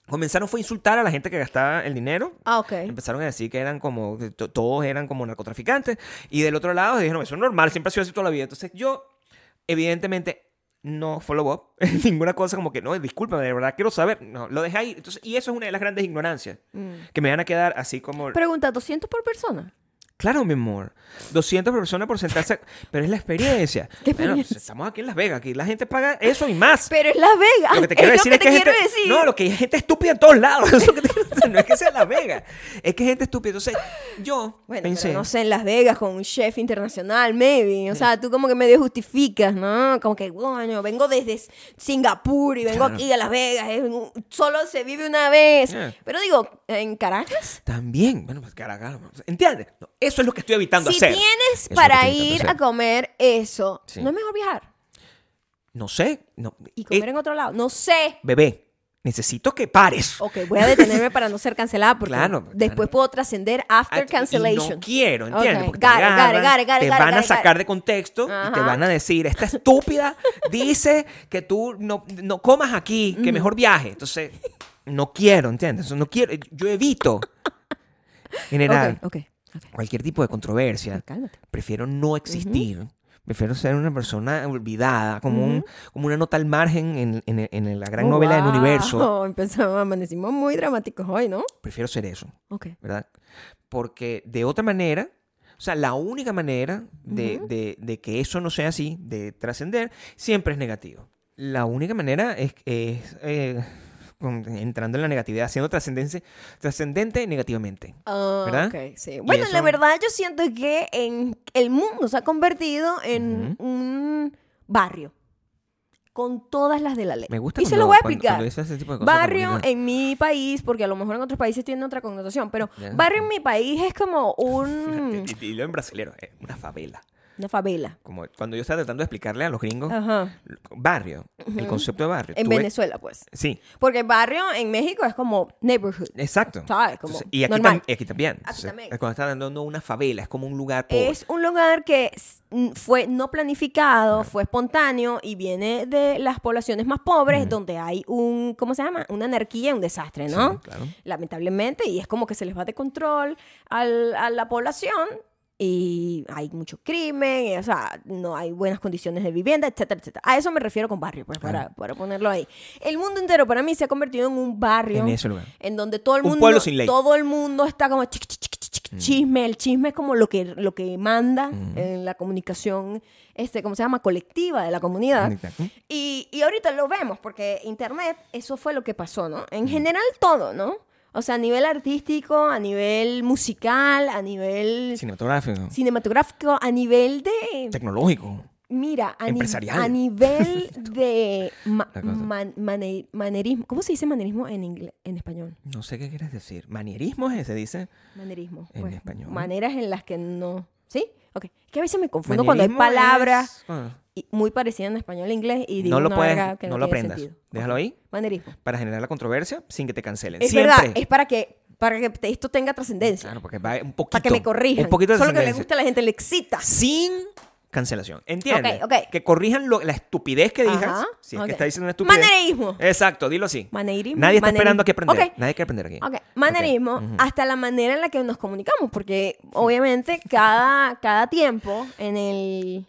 B: Comenzaron fue a insultar a la gente que gastaba el dinero.
A: Ah, ok.
B: Empezaron a decir que eran como, que to- todos eran como narcotraficantes. Y del otro lado dijeron, eso es normal, siempre ha sido así toda la vida. Entonces yo, evidentemente, no follow up. Ninguna cosa como que, no, discúlpame, de verdad quiero saber. No, lo dejé ahí. Entonces, y eso es una de las grandes ignorancias.
A: Mm.
B: Que me van a quedar así como...
A: Pregunta, 200 por persona.
B: Claro, mi amor. 200 por persona por sentarse. Pero es la experiencia.
A: ¿Qué
B: Bueno,
A: experiencia?
B: estamos aquí en Las Vegas. Aquí la gente paga eso y más.
A: Pero es Las Vegas.
B: Lo que te quiero
A: es
B: decir
A: lo
B: es
A: que
B: que
A: te
B: hay
A: quiero
B: gente-
A: decir.
B: No, lo que hay gente estúpida en todos lados. Eso es lo que te quiero decir. No es que sea Las Vegas. Es que hay gente estúpida. Entonces, yo
A: Bueno,
B: pensé.
A: pero no sé, en Las Vegas con un chef internacional, maybe. O sea, tú como que medio justificas, ¿no? Como que, bueno, vengo desde Singapur y vengo
B: Claro. Eh.
A: aquí a Las Vegas. es un- solo se vive una vez.
B: Yeah.
A: Pero digo, ¿en Caracas?
B: También. Bueno, pues carajo. ¿Entiendes? No, eso es lo que estoy evitando
A: Si
B: hacer.
A: tienes
B: Eso es lo que
A: para
B: estoy evitando
A: ir
B: hacer.
A: a comer eso,
B: Sí.
A: ¿no es mejor viajar?
B: No sé. No.
A: Y comer
B: Eh,
A: en otro lado. No sé.
B: Bebé, necesito que pares.
A: Ok, voy a detenerme para no ser cancelada porque
B: Claro, pues,
A: después
B: claro.
A: puedo trascender after
B: Ah, y
A: cancellation.
B: no quiero, ¿entiendes?
A: Ok,
B: Porque
A: got it, got
B: te,
A: it, got
B: agarran,
A: it, got it,
B: te
A: got it,
B: van
A: got
B: a
A: it, got
B: sacar
A: it.
B: de contexto y te
A: Ajá.
B: van a decir, esta estúpida dice que tú no, no comas aquí, que mejor viaje. Entonces, no quiero, ¿entiendes? No quiero, yo evito generar
A: Ok, ok, ok.
B: cualquier tipo de controversia.
A: Cálmate.
B: Prefiero no existir. Prefiero ser una persona olvidada, como, un, como una nota al margen en, en- en la gran
A: Oh,
B: novela del
A: wow.
B: universo.
A: Empezamos, amanecimos muy dramáticos hoy, ¿no?
B: Prefiero ser eso.
A: Ok.
B: ¿verdad? Porque de otra manera, o sea, la única manera de, de- de que eso no sea así, de trascender, siempre es negativo. La única manera es, es, eh, con- entrando en la negatividad, siendo trascendente, trascendente negativamente.
A: Ah,
B: ¿Verdad?
A: ok, sí.
B: Y
A: Bueno, la
B: eso-
A: verdad yo siento que en el mundo se ha convertido en un barrio con todas las de la ley.
B: Me gusta
A: y se lo
B: cuando-
A: voy a
B: cuando-
A: explicar.
B: cuando dices ese tipo de cosas,
A: barrio
B: como que-
A: en mi país, porque a lo mejor en otros países tiene otra connotación, pero
B: Ya.
A: barrio en mi país es como un,
B: Y, y lo en brasilero, eh, una favela.
A: una favela.
B: Como cuando yo estaba tratando de explicarle a los gringos,
A: Ajá.
B: barrio, el concepto de barrio.
A: Ah. En
B: Tú ves-
A: Venezuela, pues.
B: Sí,
A: Porque barrio en México es como neighborhood.
B: exacto.
A: ¿Sabes? Como
B: Entonces, y aquí,
A: normal.
B: tam- y aquí también. Entonces,
A: también.
B: Cuando están dando una favela, es como un lugar pobre.
A: Es un lugar que s- mm, fue no planificado, fue espontáneo y viene de las poblaciones más pobres donde hay un, ¿cómo se llama? Una anarquía, un desastre, ¿no?
B: Sí, claro.
A: Lamentablemente, y es como que se les va de control al- a la población y hay mucho crimen, y, o sea, no hay buenas condiciones de vivienda, etcétera, etcétera. A eso me refiero con barrio, pues, para, para ponerlo ahí. El mundo entero para mí se ha convertido en un barrio.
B: En ese lugar.
A: En donde todo el
B: Un
A: mundo.
B: pueblo sin ley. Mm.
A: Todo el mundo está como chic, chic, chic, chic, chic, chisme. El chisme es como lo que, lo que manda en la comunicación, este, ¿cómo se llama? Colectiva de la comunidad.
B: Exacto.
A: Y, y ahorita lo vemos, porque Internet, eso fue lo que pasó, ¿no?
B: Mm.
A: En general todo, ¿no? O sea, a nivel artístico, a nivel musical, a nivel
B: Cinematográfico.
A: cinematográfico, a nivel de...
B: Tecnológico.
A: Mira, a, ni-
B: Empresarial.
A: a nivel de ma-
B: La cosa.
A: man- mane- manerismo. ¿Cómo se dice manerismo en, ingle- en español?
B: No sé qué quieres decir. Manierismo es, se dice.
A: Manerismo.
B: En
A: pues,
B: español.
A: Maneras en las que no. ¿Sí? Ok. Es que a veces me confundo cuando hay
B: Manierismo
A: palabras
B: es- bueno,
A: y- muy parecidas en español e inglés y digo
B: no lo
A: una
B: puedes,
A: verga que
B: no,
A: no,
B: lo
A: tiene
B: aprendas.
A: sentido.
B: Déjalo ahí
A: Manierismo.
B: para generar la controversia sin que te cancelen.
A: Es
B: Siempre.
A: verdad, es para que, para que te- esto tenga trascendencia.
B: Claro, porque va un poquito.
A: para que me corrijan.
B: Un poquito de
A: Solo que le
B: descendencia.
A: gusta a la gente, le excita.
B: Sin cancelación. ¿Entiendes?
A: Ok, ok.
B: Que corrijan lo- la estupidez que digas.
A: Ajá,
B: Si es
A: ok.
B: que está diciendo una estupidez.
A: Manerismo.
B: Exacto, dilo así.
A: Manerismo,
B: Nadie está
A: manerismo.
B: esperando aquí aprender.
A: Ok.
B: Nadie quiere aprender aquí.
A: Ok, manerismo,
B: Ok, ujú.
A: hasta la manera en la que nos comunicamos, porque obviamente cada, cada tiempo en el,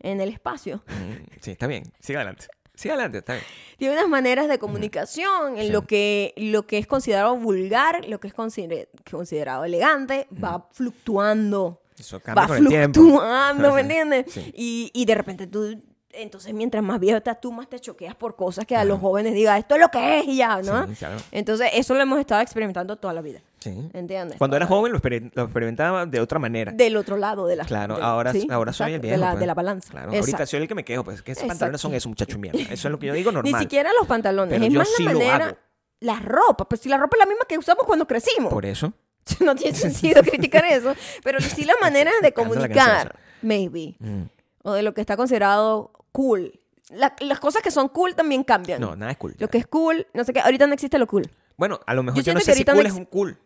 A: en el espacio
B: Mm, Sí, está bien. Sigue adelante. Sigue adelante, está bien.
A: tiene unas maneras de comunicación en
B: Sí.
A: lo, que, lo que es considerado vulgar, lo que es consider- considerado elegante, va fluctuando.
B: Eso cambia
A: Va
B: con el tiempo.
A: fluctuando, ¿me
B: Sí,
A: entiendes?
B: sí.
A: Y, y de repente tú, entonces mientras más viejo estás, tú más te choqueas por cosas que a los jóvenes digas, esto es lo que es y ya, ¿no?
B: Sí, claro.
A: Entonces eso lo hemos estado experimentando toda la vida,
B: Sí.
A: ¿entiendes?
B: Cuando era joven lo, exper- lo experimentaba de otra manera.
A: del otro lado de la
B: Claro,
A: de-
B: ahora,
A: sí,
B: ahora soy el
A: exacto,
B: viejo.
A: de la,
B: pues.
A: de la balanza
B: Claro,
A: Exacto.
B: ahorita soy el que me quejo, pues que esos pantalones son
A: Exacto.
B: eso, muchacho mierda. Eso es lo que yo digo normal.
A: ni siquiera los pantalones
B: Pero
A: es
B: yo
A: más
B: sí
A: la
B: lo
A: manera
B: hago.
A: la ropa pues si la ropa es la misma que usamos cuando crecimos
B: Por eso.
A: no tiene sentido criticar eso pero sí la manera de
B: Canta la canción,
A: comunicar
B: Sara.
A: maybe
B: Mm.
A: o de lo que está considerado cool La- las cosas que son cool también cambian
B: No, nada es cool.
A: lo que es cool no sé qué ahorita no existe lo cool
B: Bueno, a lo mejor
A: Yo
B: yo, no
A: siento que
B: sé si
A: ahorita
B: cool
A: no
B: es
A: ex-
B: un cool.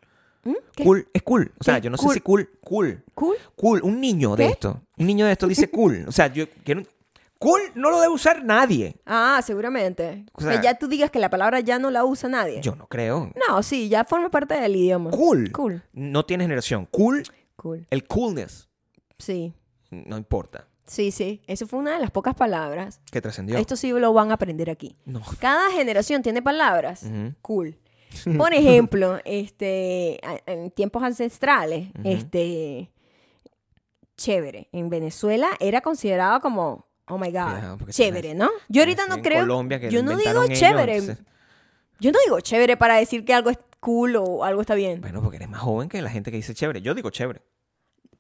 A: ¿Mm? ¿Qué?
B: Cool es cool. O sea,
A: ¿Qué?
B: yo no
A: Cool.
B: sé si cool, cool.
A: cool
B: Cool, un niño de
A: ¿Qué?
B: esto. Un niño de esto dice cool. O sea, yo quiero. Cool no lo debe usar nadie.
A: ah seguramente
B: O sea-
A: que ya tú digas que la palabra ya no la usa nadie
B: Yo no creo.
A: no sí ya forma parte del idioma
B: Cool.
A: cool
B: No tiene generación. Cool,
A: cool
B: el coolness.
A: sí
B: No importa.
A: Sí, sí. Eso fue una de las pocas palabras.
B: Que trascendió.
A: Esto sí lo van a aprender aquí.
B: No.
A: Cada generación tiene palabras.
B: Ujú.
A: Cool. Por ejemplo, este, a- en tiempos ancestrales,
B: Ujú.
A: este, chévere. En Venezuela era considerado como, oh my God,
B: Cuidado, porque
A: chévere,
B: tenés-
A: ¿no? Yo ahorita no
B: En
A: creo,
B: Colombia, que
A: yo
B: lo
A: no digo
B: inventaron ellos,
A: chévere.
B: entonces-
A: Yo no digo chévere para decir que algo es cool o algo está bien.
B: Bueno, porque eres más joven que la gente que dice chévere. Yo digo chévere.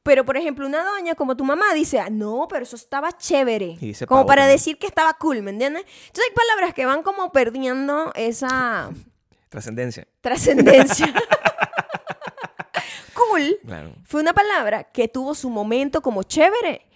A: Pero, por ejemplo, una doña como tu mamá dice, ah, no, pero eso estaba chévere.
B: Y dice
A: como
B: pavo
A: para
B: también.
A: decir que estaba cool, ¿me entiendes? Entonces hay palabras que van como perdiendo esa
B: Trascendencia.
A: trascendencia. cool
B: Claro.
A: fue una palabra que tuvo su momento como chévere,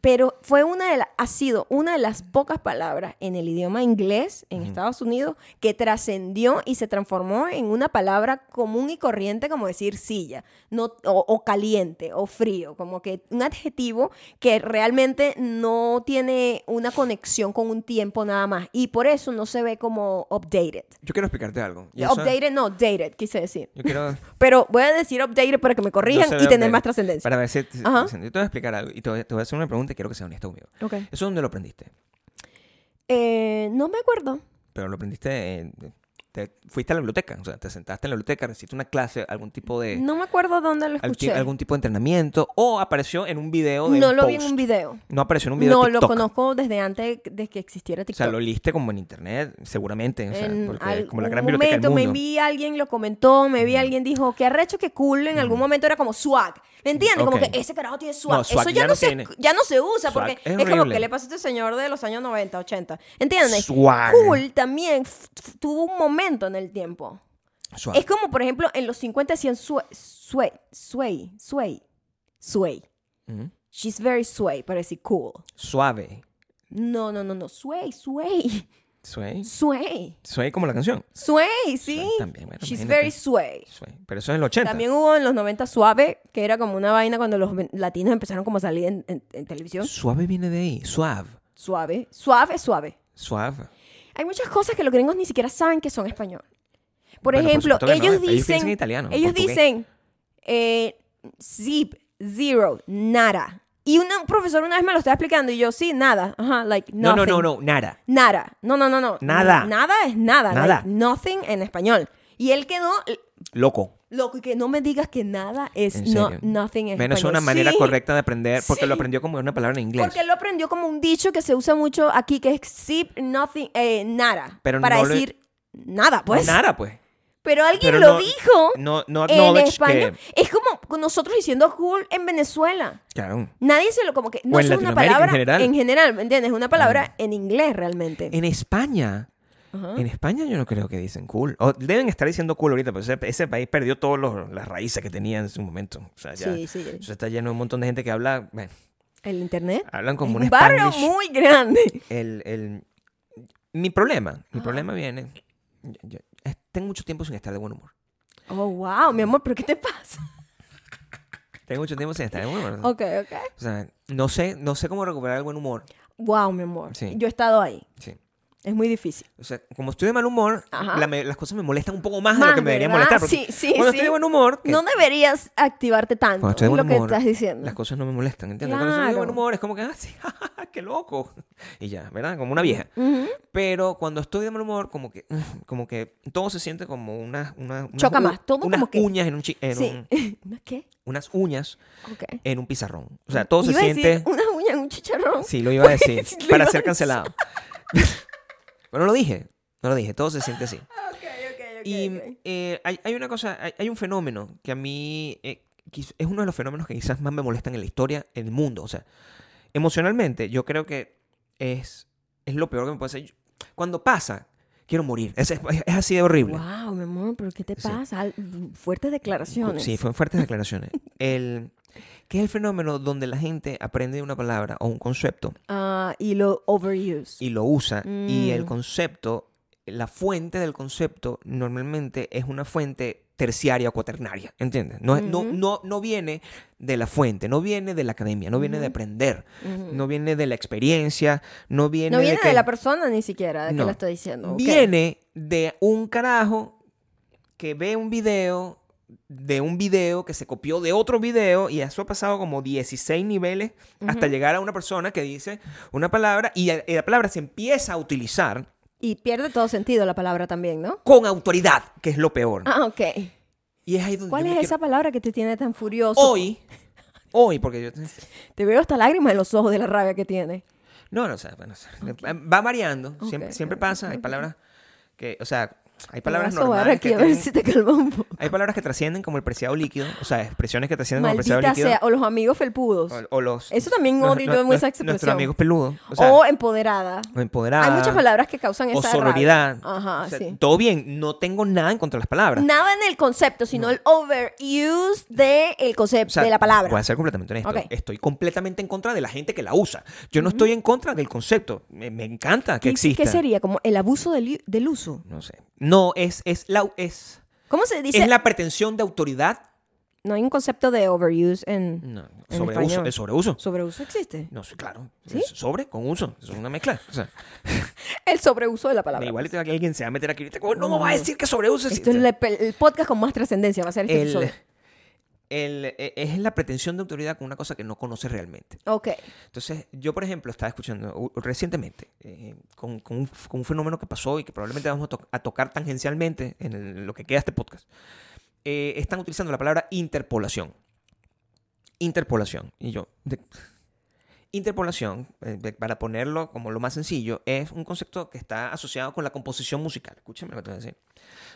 A: pero fue una de la- ha sido una de las pocas palabras en el idioma inglés en Estados Unidos que trascendió y se transformó en una palabra común y corriente como decir silla, no, o, o caliente, o frío, como que un adjetivo que realmente no tiene una conexión con un tiempo nada más y por eso no se ve como updated.
B: Yo quiero explicarte algo. Y eso-
A: Updated, no, dated, quise decir.
B: Yo quiero.
A: Pero voy a decir updated para que me corrijan
B: No
A: y
B: se ve
A: tener
B: update.
A: más trascendencia.
B: Para ver si. si-
A: Ajá.
B: Yo te voy a explicar algo y te voy, te voy a hacer una pregunta y quiero que seas honesto conmigo.
A: Ok.
B: ¿Eso es donde lo aprendiste?
A: Eh, no me acuerdo.
B: Pero lo aprendiste. en- te, fuiste a la biblioteca, o sea, te sentaste en la biblioteca, recibiste una clase, algún tipo de.
A: No me acuerdo dónde lo
B: al-
A: escuché.
B: algún tipo de entrenamiento o apareció en un video de.
A: no
B: un
A: lo vi en
B: post.
A: un video.
B: No apareció en un video
A: No,
B: de
A: lo
B: TikTok.
A: conozco desde antes de que existiera
B: O sea,
A: TikTok.
B: lo leíste como en internet, seguramente. O sea,
A: en
B: porque es
A: algún
B: como la gran biblioteca
A: momento
B: del mundo.
A: me vi alguien lo comentó, me vi alguien dijo, qué arrecho, qué cool, en algún momento era como swag. ¿Me entiendes? Como
B: Ok.
A: que ese carajo tiene swag.
B: No, swag
A: Eso ya,
B: ya
A: no
B: no
A: se,
B: tiene.
A: ya no se usa
B: Swag
A: porque
B: es
A: es, como
B: horrible.
A: que le pasó a este señor de los años 90, 80. ¿Entiendes?
B: Swag.
A: Cool también f- f- tuvo un momento en el tiempo.
B: Suave.
A: Es como, por ejemplo, en los 50 decían sway, sway, sway, sway, sway.
B: Ujú.
A: She's very sway, para decir cool.
B: Suave.
A: No, no, no, no. Sway, sway,
B: Suave.
A: sway,
B: Suave como la canción.
A: sway, sí.
B: Suave también, bueno,
A: She's
B: imagínate.
A: very sway.
B: Suave. Pero eso es el 80.
A: También hubo en los 90 suave, que era como una vaina cuando los ven- latinos empezaron como a salir en, en- en televisión.
B: Suave viene de ahí. Suave.
A: Suave, suave, suave.
B: Suave.
A: Hay muchas cosas que los gringos ni siquiera saben que son español. Por
B: Bueno, por
A: ejemplo,
B: supuesto que no,
A: ellos
B: ellos
A: dicen.
B: piensan en italiano, en
A: ellos
B: portugués.
A: dicen. eh, zip, zero, nada. Y una- un profesor una vez me lo estaba explicando y yo, sí, nada. Ajá, like,
B: No,
A: nothing.
B: no, no, no. Nada.
A: Nada. No, no, no, no.
B: Nada.
A: Nada es nada.
B: Nada.
A: like, nothing en español. Y él quedó eh,
B: Loco.
A: loco y que no me digas que nada es
B: En
A: no,
B: serio.
A: nothing en
B: Bueno, es
A: español.
B: una manera
A: Sí,
B: correcta de aprender porque
A: Sí.
B: lo aprendió como una palabra en inglés.
A: Porque él lo aprendió como un dicho que se usa mucho aquí, que es zip, nothing, eh, nada.
B: Pero
A: para
B: no le-
A: decir nada, pues.
B: Nada, pues.
A: Pero alguien
B: Pero
A: lo
B: no-
A: dijo
B: No, no
A: en
B: acknowledge
A: español.
B: que.
A: Es como con nosotros diciendo cool en Venezuela.
B: Claro.
A: Nadie se lo como que no
B: O
A: es
B: en Ah.
A: una
B: Latinoamérica en
A: palabra
B: general.
A: ¿me entiendes? Es una palabra en inglés realmente.
B: En España
A: Ajá.
B: En España yo no creo que dicen cool. O deben estar diciendo cool ahorita, pero ese, ese país perdió todas las raíces que tenía en su momento. O sea, ya,
A: Sí, sí.
B: eso está lleno de un montón de gente que habla, bueno,
A: El internet.
B: hablan
A: Es
B: Ah, como
A: un
B: un
A: barrio
B: spanglish.
A: muy grande.
B: El, el- mi problema, mi
A: Ah.
B: problema viene, yo- yo- es- tengo mucho tiempo sin estar de buen humor.
A: Oh, wow, mi amor, ¿pero qué te pasa?
B: Tengo mucho tiempo sin estar de buen humor.
A: Ok, ok.
B: O sea, no sé, no sé cómo recuperar el buen humor.
A: Wow, mi amor.
B: Sí.
A: Yo he estado ahí.
B: Sí.
A: Es muy difícil.
B: O sea, como estoy de mal humor,
A: Ajá.
B: la me- las cosas me molestan un poco más, de
A: Más,
B: lo que me deberían
A: ¿verdad?
B: molestar.
A: Sí,
B: porque
A: sí,
B: cuando
A: sí.
B: estoy de buen humor, que
A: No deberías activarte tanto.
B: cuando estoy de
A: es
B: buen
A: lo que
B: humor,
A: estás diciendo.
B: las cosas no me molestan, ¿entiendes? Cuando estoy de buen
A: Claro.
B: humor es como que, ah, sí, jajaja, qué loco. Y ya, ¿verdad? Como una vieja.
A: Ujú.
B: Pero cuando estoy de mal humor, como que, mm, como que todo se siente como unas, unas, unas
A: Choca
B: u-
A: más, todo
B: unas
A: como que-
B: uñas en un, chi- en un-
A: Sí. ¿Una ¿Qué?
B: unas uñas
A: Ok.
B: en un pizarrón. O sea, todo se
A: Mm, Iba a decir
B: siente.
A: Una uña en un chicharrón.
B: Sí, lo iba a decir.
A: Pues, lo iba
B: para
A: a
B: ser
A: decir.
B: cancelado. Pero no lo dije. No lo dije. Todo se siente así.
A: Ah, Ok, ok, ok.
B: Y
A: ok.
B: eh, hay, hay una cosa, hay, hay un fenómeno que a mí eh, quiz- es uno de los fenómenos que quizás más me molestan en la historia, en el mundo. O sea, emocionalmente yo creo que es, es lo peor que me puede hacer. Yo- Cuando pasa, quiero morir. Es, es- es así de horrible.
A: Wow, mi amor, ¿pero qué te
B: Sí.
A: pasa? Al- Fuertes declaraciones.
B: Sí, fueron fuertes declaraciones. El, que es el fenómeno donde la gente aprende una palabra o un concepto
A: Ah, y lo overuse.
B: y lo usa y el
A: Mm.
B: concepto, la fuente del concepto normalmente es una fuente terciaria o cuaternaria, ¿entiendes? No, es- no,
A: Ujú.
B: no, no viene de la fuente, no viene de la academia, no viene de
A: Ujú.
B: aprender,
A: Ujú.
B: no viene de la experiencia, no viene,
A: No viene
B: de,
A: de,
B: que-
A: la persona ni siquiera de
B: No.
A: que la está diciendo. ok.
B: Viene de un carajo que ve un video de un video que se copió de otro video y eso ha pasado como 16 niveles hasta llegar a una persona que dice una palabra y eh, la palabra se empieza a utilizar
A: Y pierde todo sentido la palabra también, ¿no?
B: con autoridad, que es lo peor.
A: Ah, ok.
B: Y es ahí donde
A: ¿Cuál
B: yo
A: es
B: me
A: esa
B: quiero-
A: palabra que te tiene tan furioso?
B: Hoy, hoy, porque yo...
A: Te veo hasta lágrimas en los ojos de la rabia que tiene.
B: No, no, o sea, bueno, o sea, va variando, siempre,
A: Ok,
B: siempre
A: ok,
B: pasa, hay palabras que, o sea, hay palabras
A: Te voy a sobar
B: normales
A: aquí
B: que
A: a ver
B: tienen-
A: si te calma un poco.
B: Hay palabras que trascienden como el preciado líquido, o sea, expresiones que trascienden como
A: Maldita
B: el preciado
A: sea. O los amigos felpudos.
B: líquido. O, o los.
A: Eso también
B: nues-
A: odio yo
B: nues-
A: en esa
B: nues-
A: expresión.
B: Nuestros amigos peludos. O,
A: O,
B: sea,
A: empoderada.
B: o empoderadas,
A: Hay muchas palabras que causan
B: O
A: esa rabia.
B: sororidad.
A: Ajá,
B: O sea,
A: sí.
B: Todo bien, no tengo nada en contra de las palabras.
A: Nada en el concepto, sino el overuse de el concepto,
B: O sea, pues,
A: de la palabra.
B: Voy a ser completamente honesto.
A: Ok.
B: Estoy completamente en contra de la gente que la usa. Yo no estoy en contra del concepto. Me, me encanta que
A: ¿Qué-
B: exista.
A: ¿Qué sería? Como el abuso del, del uso.
B: No sé. No, es, es, la, es,
A: ¿Cómo se dice?
B: es la pretensión de autoridad.
A: No hay un concepto de overuse en
B: No, no,
A: En
B: sobreuso.
A: español.
B: El sobreuso.
A: sobreuso existe.
B: No, sí, claro.
A: ¿Sí?
B: Es Sobre con uso. Es una mezcla. O sea,
A: El sobreuso de la palabra.
B: Igual que alguien se va a meter aquí ahorita. ¿cómo No, me
A: No.
B: va a decir que sobreuses.
A: Esto es la- el, podcast con más trascendencia, va a ser este
B: el,
A: episodio.
B: el- e- es la pretensión de autoridad con una cosa que no conoce realmente.
A: Ok.
B: Entonces, yo, por ejemplo, estaba escuchando u- recientemente eh, con, con un, con un fenómeno que pasó y que probablemente vamos a, to- a tocar tangencialmente en el- lo que queda de este podcast. Eh, están utilizando la palabra interpolación. Interpolación. Y yo. de- Interpolación, eh, de- para ponerlo como lo más sencillo, es un concepto que está asociado con la composición musical. Escúchame lo que te voy a decir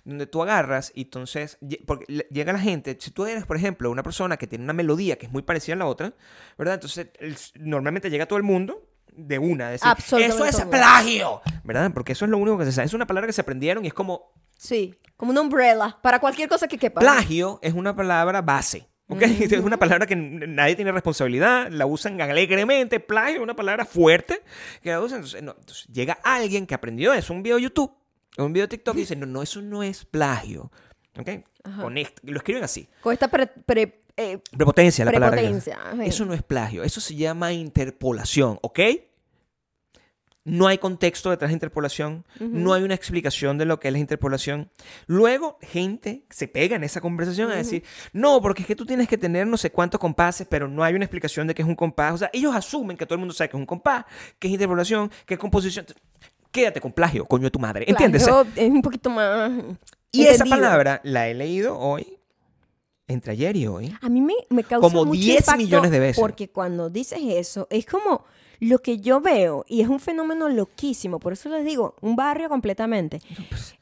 B: donde tú agarras y entonces lle- porque le- llega la gente, si tú eres, por ejemplo, una persona que tiene una melodía que es muy parecida a la otra, ¿verdad? Entonces el- normalmente llega todo el mundo de una, a decir,
A: Absolutamente
B: eso es
A: todo el mundo".
B: plagio, ¿verdad? Porque eso es lo único que se sabe, es una palabra que se aprendieron y es como
A: Sí. Como una umbrella para cualquier cosa que quepa.
B: plagio es una palabra base. ¿ok? Es una palabra que n- nadie tiene responsabilidad, la usan alegremente, plagio es una palabra fuerte que la usan. Entonces, no, entonces llega alguien que aprendió eso, un video de YouTube, un video de TikTok y dice, no, no, eso no es plagio. ¿ok?
A: Ajá.
B: Conect- lo escriben así.
A: Con esta pre- pre- eh,
B: Prepotencia, la palabra. que-
A: prepotencia. ajá.
B: Eso no es plagio, eso se llama interpolación, ¿ok? No hay contexto detrás de interpolación, no hay una explicación de lo que es la interpolación. Luego, gente se pega en esa conversación a decir, no, porque es que tú tienes que tener no sé cuántos compases, pero no hay una explicación de qué es un compás. O sea, ellos asumen que todo el mundo sabe que es un compás, que es interpolación, que es composición. Quédate con plagio, coño de tu madre, ¿entiendes?
A: Plagio Es un poquito más.
B: Y esa
A: entendido.
B: palabra la he leído hoy, entre ayer y hoy.
A: A mí me, me causa
B: Como
A: mucho
B: 10
A: impacto
B: millones de veces.
A: Porque cuando dices eso, es como lo que yo veo, y es un fenómeno loquísimo, por eso les digo, un barrio completamente.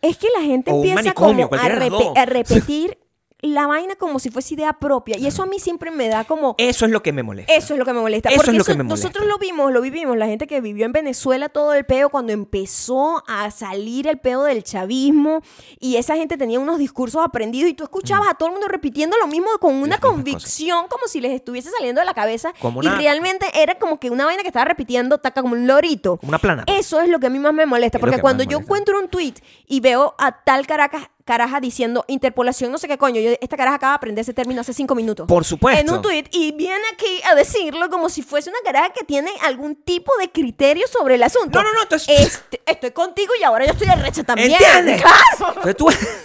A: es que la gente
B: Pues, O un
A: empieza
B: manicomio,
A: como a,
B: cualquiera de las
A: repe-
B: dos.
A: a repetir la vaina como si fuese idea propia. Y eso a mí siempre me da como...
B: Eso es lo que me molesta.
A: Eso es lo que me molesta.
B: Eso
A: porque
B: es lo que me molesta.
A: Nosotros lo vimos, lo vivimos. La gente que vivió en Venezuela todo el peo cuando empezó a salir el peo del chavismo y esa gente tenía unos discursos aprendidos y tú escuchabas a todo el mundo repitiendo lo mismo con una
B: mismas cosas.
A: convicción como si les estuviese saliendo de la cabeza.
B: Como
A: Y
B: una-
A: realmente era como que una vaina que estaba repitiendo, taca como un lorito.
B: Como una plana. pues.
A: Eso es lo que a mí más me molesta,
B: Es lo
A: porque
B: que
A: cuando
B: más
A: yo
B: molesta.
A: encuentro un tweet y veo a tal Caracas caraja diciendo interpolación no sé qué coño, yo, esta caraja acaba de aprender ese término hace cinco minutos.
B: Por supuesto.
A: En un tweet y viene aquí a decirlo como si fuese una caraja que tiene algún tipo de criterio sobre el asunto.
B: No, no, no, entonces-
A: Este- estoy contigo y ahora yo estoy arrecha también.
B: ¿Entiendes?
A: Claro.
B: Entonces tú... Entonces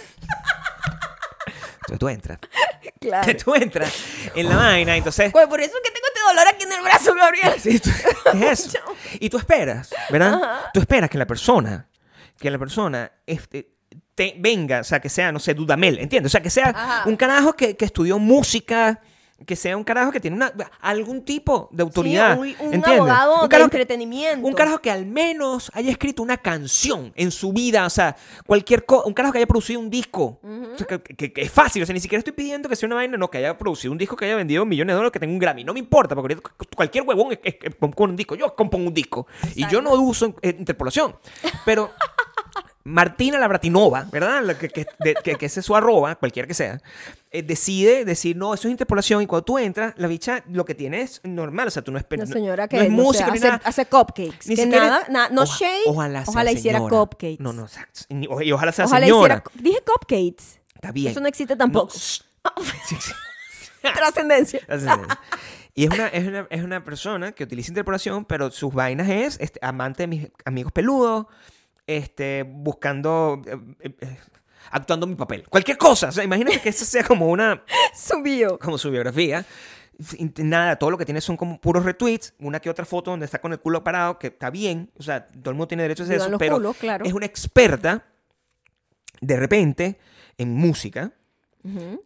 B: tú entras.
A: claro.
B: Entonces tú entras en la vaina, entonces...
A: Pues por eso es que tengo este dolor aquí en el brazo, Gabriel.
B: Sí, tú- ¿qué es eso? Y tú esperas, ¿verdad? Tú esperas que la persona, que la persona este, te venga, o sea, que sea, no sé, Dudamel, ¿entiendes? O sea, que sea
A: Ajá.
B: un carajo que, que estudió música, que sea un carajo que tiene una, algún tipo de autoridad.
A: Sí, un, un
B: ¿entiendes?
A: abogado de
B: carajo que-
A: entretenimiento.
B: un carajo que al menos haya escrito una canción en su vida, o sea, cualquier cosa, un carajo que haya producido un disco. O sea, que, que- que es fácil, o sea, ni siquiera estoy pidiendo que sea una vaina, no, que haya producido un disco, que haya vendido millones de dólares, que tenga un Grammy. No me importa, porque ahorita cu- cualquier huevón es- es- es- compone un disco. Yo compongo un disco. Y yo no uso eh, interpolación. Pero. Martina Labratinova, ¿verdad? La que, que, de- que- que ese es su arroba, cualquiera que sea, eh, decide decir, no, eso es interpolación. Y cuando tú entras, la bicha lo que tiene es normal. O sea, tú no esperas.
A: Una señora que
B: no es
A: no sé,
B: música ni
A: hace,
B: nada.
A: hace cupcakes.
B: Ni
A: que
B: siquiera-
A: nada, nada- no
B: Oja-
A: shade. Ojalá,
B: sea
A: hiciera
B: señora.
A: cupcakes.
B: No, no, exacto. Ni- o- Y ojalá sea
A: Ojalá
B: señora.
A: hiciera. cu- Dije cupcakes.
B: Está bien.
A: Eso no existe
B: No,
A: tampoco.
B: shh. Sí, sí.
A: Trascendencia.
B: Así es. Y es una, es, una, es una persona que utiliza interpolación, pero sus vainas es este, amante de mis amigos peludos, este, buscando, eh, eh, eh, actuando mi papel. Cualquier cosa. O sea, imagínate que eso sea como una,
A: Subió.
B: como su biografía. Y Nada, todo lo que tiene son como puros retweets, una que otra foto donde está con el culo parado, que está bien, o sea, todo el mundo tiene derecho a hacer
A: Vivan
B: eso,
A: los
B: pero
A: culos, claro.
B: es una experta de repente en música,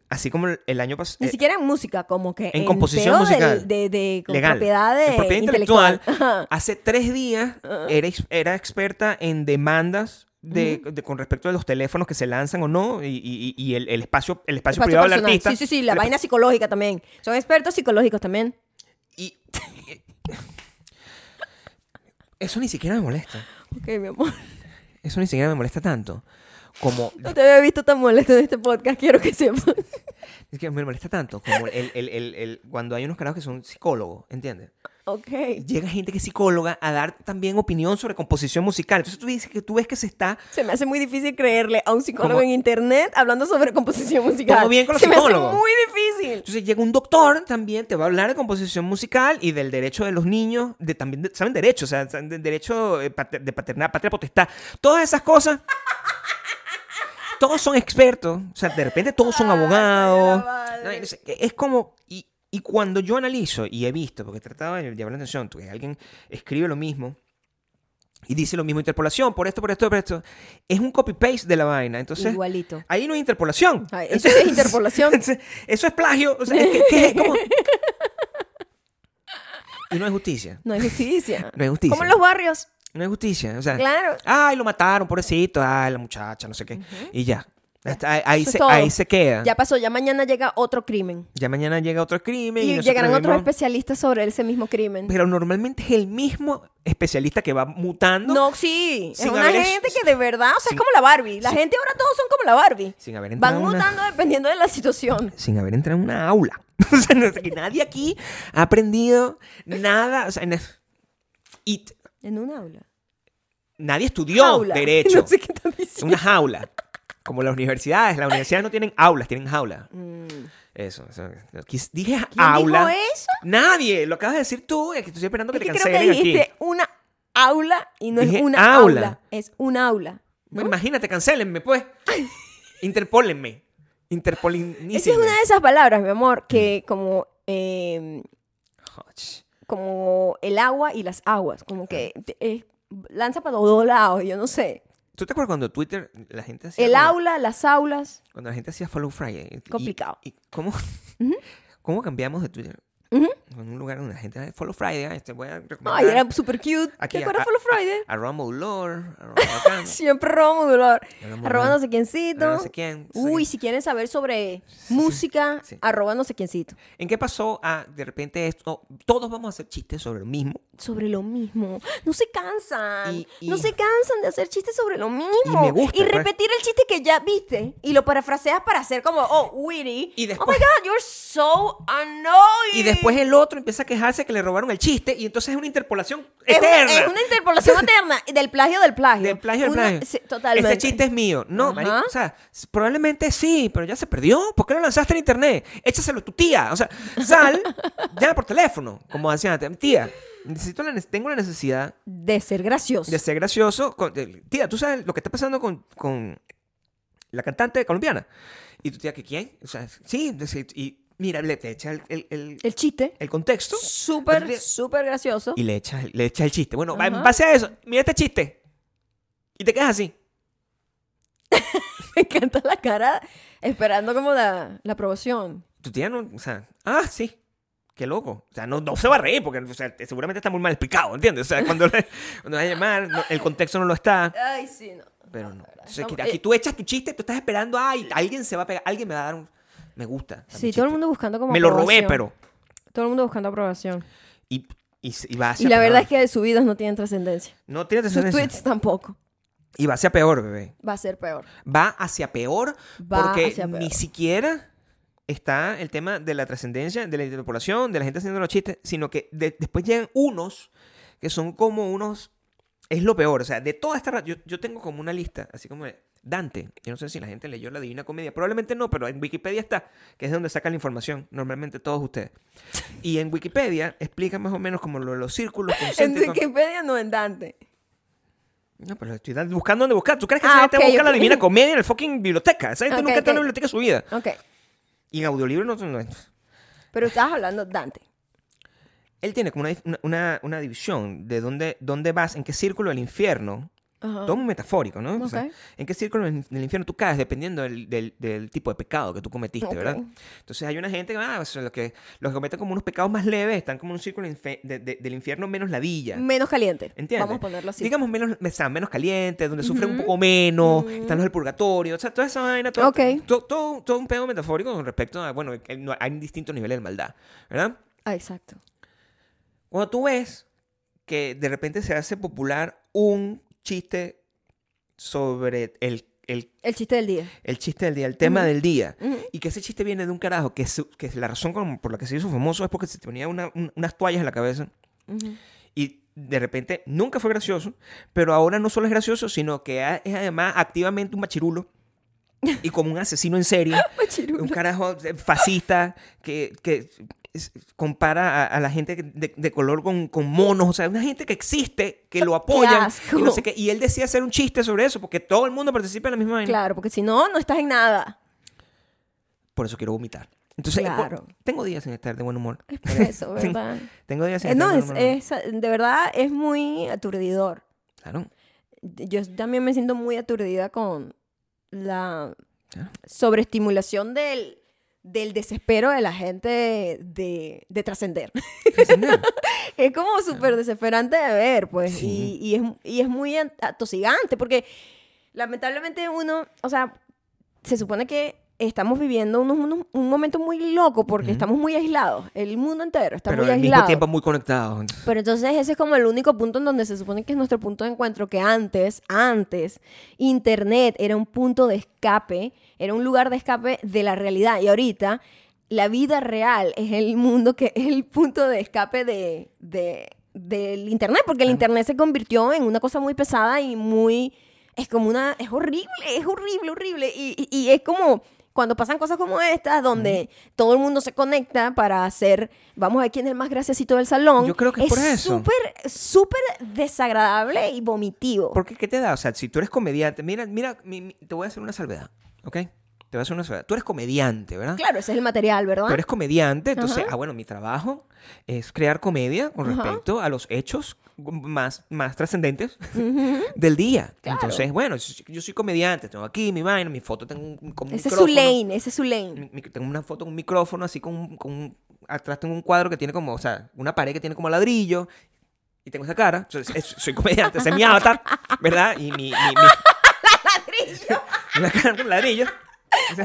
B: así como el- el año pasado.
A: Ni siquiera en música, como que.
B: Eh, en composición
A: pedo
B: musical.
A: De, de, de- con
B: legal.
A: propiedad, de-
B: En propiedad
A: intelectual. Ah.
B: intelectual. Hace tres días era, ex- era experta en demandas de, de- con respecto a los teléfonos que se lanzan o no y, y- y el, el espacio, el espacio,
A: Espacio
B: privado del
A: personal.
B: artista.
A: Sí, sí, sí, la
B: El-
A: vaina psicológica también. Son expertos psicológicos también.
B: Y. Eso ni siquiera me molesta.
A: Ok, mi amor.
B: Eso ni siquiera me molesta tanto. Como.
A: No te había visto tan molesto en este podcast, quiero que sepas.
B: Es que me molesta tanto. Como el, el- el- el- cuando hay unos carajos que son psicólogos, ¿entiendes?
A: Ok.
B: Llega gente que es psicóloga a dar también opinión sobre composición musical. Entonces tú dices que tú ves que se está.
A: Se me hace muy difícil creerle a un psicólogo
B: Como-
A: en internet hablando sobre composición musical.
B: Como bien con los
A: Se me
B: psicólogos.
A: hace muy difícil.
B: Entonces llega un doctor también, te va a hablar de composición musical y del derecho de los niños, de también de- saben derecho, o sea, saben de- derecho eh, pater- de paternidad, patria potestad, todas esas cosas. Todos son expertos, o sea, de repente todos son abogados.
A: madre.
B: No, entonces, Es como y, y cuando yo analizo y he visto, porque trataba de llamar la atención, tú, que alguien escribe lo mismo y dice lo mismo interpolación por esto, por esto, por esto, es un copy paste de la vaina, entonces
A: Igualito.
B: Ahí no hay interpolación.
A: Ay, eso es interpolación.
B: Entonces, Eso es plagio. O sea, es que- que es como- Y no hay justicia.
A: No hay justicia.
B: No hay justicia. Ah,
A: Como en los barrios.
B: No hay justicia. O sea,
A: Claro.
B: ay, lo mataron, pobrecito. Ay, la muchacha, no sé qué. Y ya. Hasta ahí, ahí
A: Eso es
B: se,
A: todo.
B: ahí se queda.
A: Ya
B: Ya,
A: pasó, ya mañana llega otro crimen.
B: mañana llega otro crimen.
A: Y
B: nosotros
A: llegarán otros
B: vemos-
A: especialistas sobre ese mismo crimen.
B: Pero normalmente es el mismo especialista que va mutando
A: No, sí. Es
B: Sin
A: una
B: haber-
A: gente que de verdad, o sea,
B: sin-
A: es como la Barbie. La
B: sin-
A: gente ahora todos son como la Barbie.
B: sin haber entrado
A: Van
B: en una-
A: mutando dependiendo de la situación.
B: sin haber entrado en una aula. o sea, no sé, que nadie aquí ha aprendido nada. O sea, en- y t-
A: En un aula.
B: nadie estudió
A: Jaula.
B: derecho.
A: No sé qué estás
B: Es
A: diciendo.
B: una jaula. Como las universidades. Las universidades no tienen aulas, tienen jaula.
A: Mm.
B: Eso. eso. Quis- Dije aula.
A: dijo eso?
B: Nadie. Lo acabas de decir tú. Es que estoy esperando que
A: Es
B: te
A: que creo que
B: cancelen aquí.
A: dijiste una aula y no es
B: Dije
A: una aula.
B: aula.
A: Es un aula.
B: Bueno, Imagínate, cancelenme, pues. Interpólenme.
A: Esa es
B: Interpolinísimo.
A: una de esas palabras, mi amor, que como... eh, como el agua y las aguas, como que te- eh, lanza para todos lados, yo no sé.
B: ¿Tú te acuerdas cuando Twitter la gente hacía
A: El
B: como-
A: aula, las aulas,
B: cuando la gente hacía Follow Friday. y-
A: Complicado.
B: y ¿Cómo, cómo cambiamos de Twitter?
A: Ujú.
B: en un lugar donde la gente, "Ah, Follow Friday, ah, este voy a recomendar.
A: Ay, era super cute.
B: Aquí,
A: ¿Te acuerdas
B: a-
A: Follow Friday?
B: Arroba modular, arroba bacán,
A: Siempre robo modular.
B: Arroba
A: Arroba no sé
B: arroba
A: quiéncito.
B: no sé quién. sí.
A: Uy, si quieren saber sobre música,
B: sí.
A: arroba no sé quiéncito.
B: ¿En qué pasó a de repente esto? Todos vamos a hacer chistes sobre lo mismo.
A: Sobre lo mismo. No se cansan.
B: Y- y-
A: No se cansan de hacer chistes sobre lo mismo.
B: me gusta,
A: Y
B: pues.
A: repetir el chiste que ya viste. Y lo parafraseas para hacer como, oh, witty.
B: Y
A: Oh
B: después-
A: my God, you're so annoying.
B: Y después el otro empieza a quejarse que le robaron el chiste y entonces es una interpolación
A: Es una-
B: eterna.
A: Es una interpolación eterna del plagio del plagio.
B: Del plagio del
A: Una-
B: plagio.
A: sí, totalmente.
B: Ese chiste es mío. No,
A: Ajá.
B: marico, o sea, s- probablemente sí, pero ya se perdió. ¿Por qué lo lanzaste en internet? Échaselo a tu tía. O sea, sal, llama por teléfono, como decía antes. Tía, necesito la ne- tengo la necesidad
A: De ser gracioso.
B: de ser gracioso. con- de- tía, tú sabes lo que está pasando con, con la cantante colombiana. Y tu tía, ¿que quién? O sea, sí, de- sí, y mira, le te echa el, el- el-
A: El chiste.
B: el contexto
A: Súper, súper gracioso.
B: y le echa, le echa el chiste. Bueno,
A: Ajá.
B: en base a eso, mira este chiste. Y te quedas así.
A: Me encanta la cara esperando como la, la aprobación.
B: tu tía no, o sea, ah, sí, qué loco. O sea, no, no se va a reír porque o sea, seguramente está muy mal explicado, ¿entiendes? O sea, cuando le, cuando va a llamar, no- el contexto no lo está,
A: Ay, sí, no.
B: pero no.
A: de verdad,
B: Entonces,
A: no,
B: aquí,
A: eh.
B: aquí tú echas tu chiste, tú estás esperando, ay, alguien se va a pegar, alguien me va a dar un me gusta. a mi
A: Sí,
B: chiste.
A: todo el mundo buscando como
B: Me lo robé,
A: aprobación.
B: pero
A: Todo el mundo buscando aprobación.
B: y y, y va hacia
A: Y la
B: peor.
A: verdad es que sus vidas no tienen trascendencia.
B: no tiene
A: Sus
B: trascendencia.
A: tweets tampoco.
B: y va hacia peor, bebé.
A: Va a ser peor.
B: Va hacia peor
A: Va
B: porque
A: hacia peor.
B: ni siquiera está el tema de la trascendencia, de la interpolación, de la gente haciendo los chistes, sino que de- después llegan unos que son como unos... Es lo peor, o sea, de toda esta... ra- Yo, yo tengo como una lista, así como de Dante. Yo no sé si la gente leyó la Divina Comedia, probablemente no, pero en Wikipedia está, que es de donde sacan la información, normalmente todos ustedes. Y en Wikipedia explica más o menos como lo, de los círculos
A: En
B: concéntricos.
A: Wikipedia no en Dante.
B: No, pero estoy dando- buscando dónde buscar. ¿Tú crees que
A: Ah,
B: esa gente
A: ok,
B: busca la
A: ok.
B: Divina Comedia en el fucking biblioteca? Esa gente
A: Ok,
B: nunca está en la
A: ok.
B: biblioteca en su vida.
A: Ok.
B: Y en audiolibro no, no- no.
A: Pero estabas hablando Dante.
B: Él tiene como una, una- una, una división de dónde, dónde vas, en qué círculo del infierno.
A: Ajá.
B: Todo muy metafórico, ¿no? O sea,
A: Ah. Ok.
B: en qué círculo del del infierno tú caes dependiendo del, del- del tipo de pecado que tú cometiste,
A: Ok.
B: ¿verdad? Entonces hay una gente que, ah, o sea, los, que, los que cometen como unos pecados más leves están como en un círculo infe- de- de- del infierno menos ladilla.
A: Menos caliente.
B: ¿Entiendes?
A: Vamos a ponerlo así.
B: Digamos menos, o sea, menos caliente, donde sufren un poco menos, están los del purgatorio, o sea, toda esa vaina, todo,
A: Mm. Ok.
B: todo, todo- todo un pedo metafórico con respecto a, bueno, el- no- hay distintos niveles de maldad, ¿verdad?
A: Ah, exacto.
B: Cuando tú ves que de repente se hace popular un chiste sobre el, el,
A: El chiste del día.
B: el chiste del día, el tema del día,
A: Ujú.
B: y que ese chiste viene de un carajo, que, su- que la razón con- por la que se hizo famoso es porque se ponía una- un- unas toallas en la cabeza.
A: Ujú.
B: Y de repente nunca fue gracioso, pero ahora no solo es gracioso, sino que a- es además activamente un machirulo y como un asesino en serie,
A: Machirulo.
B: un carajo eh, fascista que, que es- compara a, a la gente de, de color con, con monos, o sea, una gente que existe, que lo apoya,
A: asco!
B: y, no sé qué. y él decía hacer un chiste sobre eso, porque todo el mundo participa en la misma vaina.
A: Claro, porque si no, no estás en nada.
B: Por eso quiero vomitar. Entonces, eh, por-
A: Claro.
B: tengo días sin estar de buen humor.
A: Es por eso, ¿verdad?
B: Tengo días sin
A: Eh,
B: estar
A: no,
B: de
A: es,
B: buen humor.
A: es, de verdad es muy aturdidor.
B: Claro.
A: Yo también me siento muy aturdida con la
B: Claro.
A: sobreestimulación del, del desespero de la gente de, de trascender.
B: Fascinante.
A: Es como súper desesperante de ver, pues.
B: Sí.
A: Y, y es, y es muy an- atosigante, porque lamentablemente uno, o sea, se supone que estamos viviendo unos- unos- un momento muy loco porque estamos muy aislados. El mundo entero está
B: pero
A: muy
B: al mismo
A: aislado.
B: tiempo muy conectado.
A: Pero entonces ese es como el único punto en donde se supone que es nuestro punto de encuentro, que antes, antes, Internet era un punto de escape, era un lugar de escape de la realidad. Y ahorita la vida real es el mundo que es el punto de escape de, de- del Internet, porque el Internet se convirtió en una cosa muy pesada y muy... Es como una... Es horrible, es horrible, horrible. Y, y- y es como... Cuando pasan cosas como estas, donde todo el mundo se conecta para hacer, vamos a ver quién es el más graciosito del salón,
B: Yo creo que es por eso.
A: súper, súper desagradable y vomitivo.
B: Porque ¿qué te da? O sea, si tú eres comediante, mira, mira, mi- mi- te voy a hacer una salvedad, ¿ok? Te voy a hacer una salvedad. Tú eres comediante, ¿verdad?
A: Claro, ese es el material, ¿verdad?
B: Tú eres comediante, entonces,
A: Ajá.
B: ah, bueno, mi trabajo es crear comedia con
A: Ajá.
B: respecto a los hechos más, más trascendentes del día.
A: Claro.
B: Entonces, bueno, yo, yo soy comediante, tengo aquí mi vaina, mi foto, tengo un, como un
A: Ese es su
B: micrófono.
A: lane, ese es su lane.
B: Mi- mi- tengo una foto con un micrófono así con, un- con un- atrás tengo un cuadro que tiene como, o sea, una pared que tiene como ladrillo y tengo esa cara. Soy, es- soy comediante, ese es mi avatar, ¿verdad? Y mi, mi, mi-
A: ladrillo.
B: una cara con ladrillo.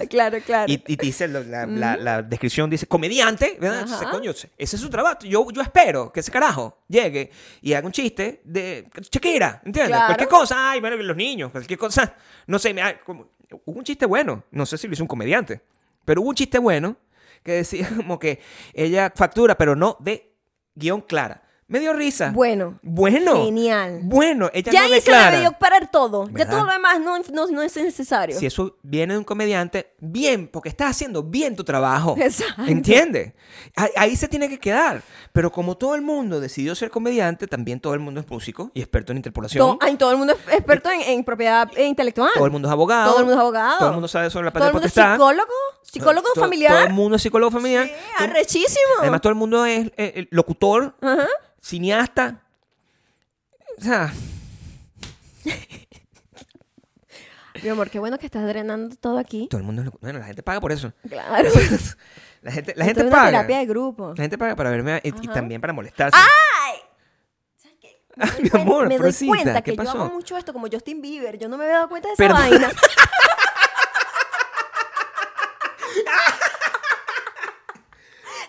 A: claro, claro.
B: Y, y dice, lo- la, la- la descripción dice, comediante,
A: Ajá.
B: ¿verdad? Entonces, coño, ese ese es su trabajo. Yo, yo espero que ese carajo llegue y haga un chiste de Shakira, ¿entiendes?
A: Claro.
B: Cualquier cosa, ay, bueno, los niños, cualquier cosa. No sé, me- ah, como- hubo un chiste bueno, no sé si lo hizo un comediante, pero hubo un chiste bueno que decía como que ella factura, pero no de guión clara. Me dio risa.
A: Bueno.
B: Bueno.
A: Genial.
B: Bueno, ella
A: ya
B: no
A: hice
B: declara.
A: la video parar todo. Ya
B: ¿Verdad?
A: todo lo demás no, no, no es necesario.
B: Si eso viene de un comediante, bien, porque estás haciendo bien tu trabajo.
A: Exacto.
B: ¿Entiendes? A- Ahí se tiene que quedar. Pero como todo el mundo decidió ser comediante, también todo el mundo es músico y experto en interpolación.
A: To- ah, ay, todo el mundo es experto en, en propiedad eh, intelectual.
B: Todo el mundo es abogado.
A: Todo el mundo es abogado.
B: Todo el mundo sabe sobre la
A: Todo
B: patria
A: el mundo es
B: potestad.
A: psicólogo. Psicólogo
B: Todo-
A: familiar.
B: Todo el mundo es psicólogo familiar.
A: Sí,
B: Todo-
A: arrechísimo.
B: Además, todo el mundo es eh, eh, locutor, cineasta. O sea,
A: Mi amor, qué bueno que estás drenando todo aquí.
B: todo el mundo es locutor. Bueno, la gente paga por eso.
A: Claro.
B: La gente, la gente
A: Esto es
B: paga.
A: una terapia de grupo.
B: La gente paga para verme y, y
A: Ajá.
B: también para molestarse.
A: ¡Ay! ¿Sabes qué? Me
B: Ah,
A: doy
B: mi
A: cuenta-
B: amor,
A: me doy
B: Frosita,
A: cuenta
B: ¿qué
A: que yo hago
B: pasó?
A: mucho esto como Justin Bieber. Yo no me había dado cuenta de esa
B: Perdón.
A: vaina.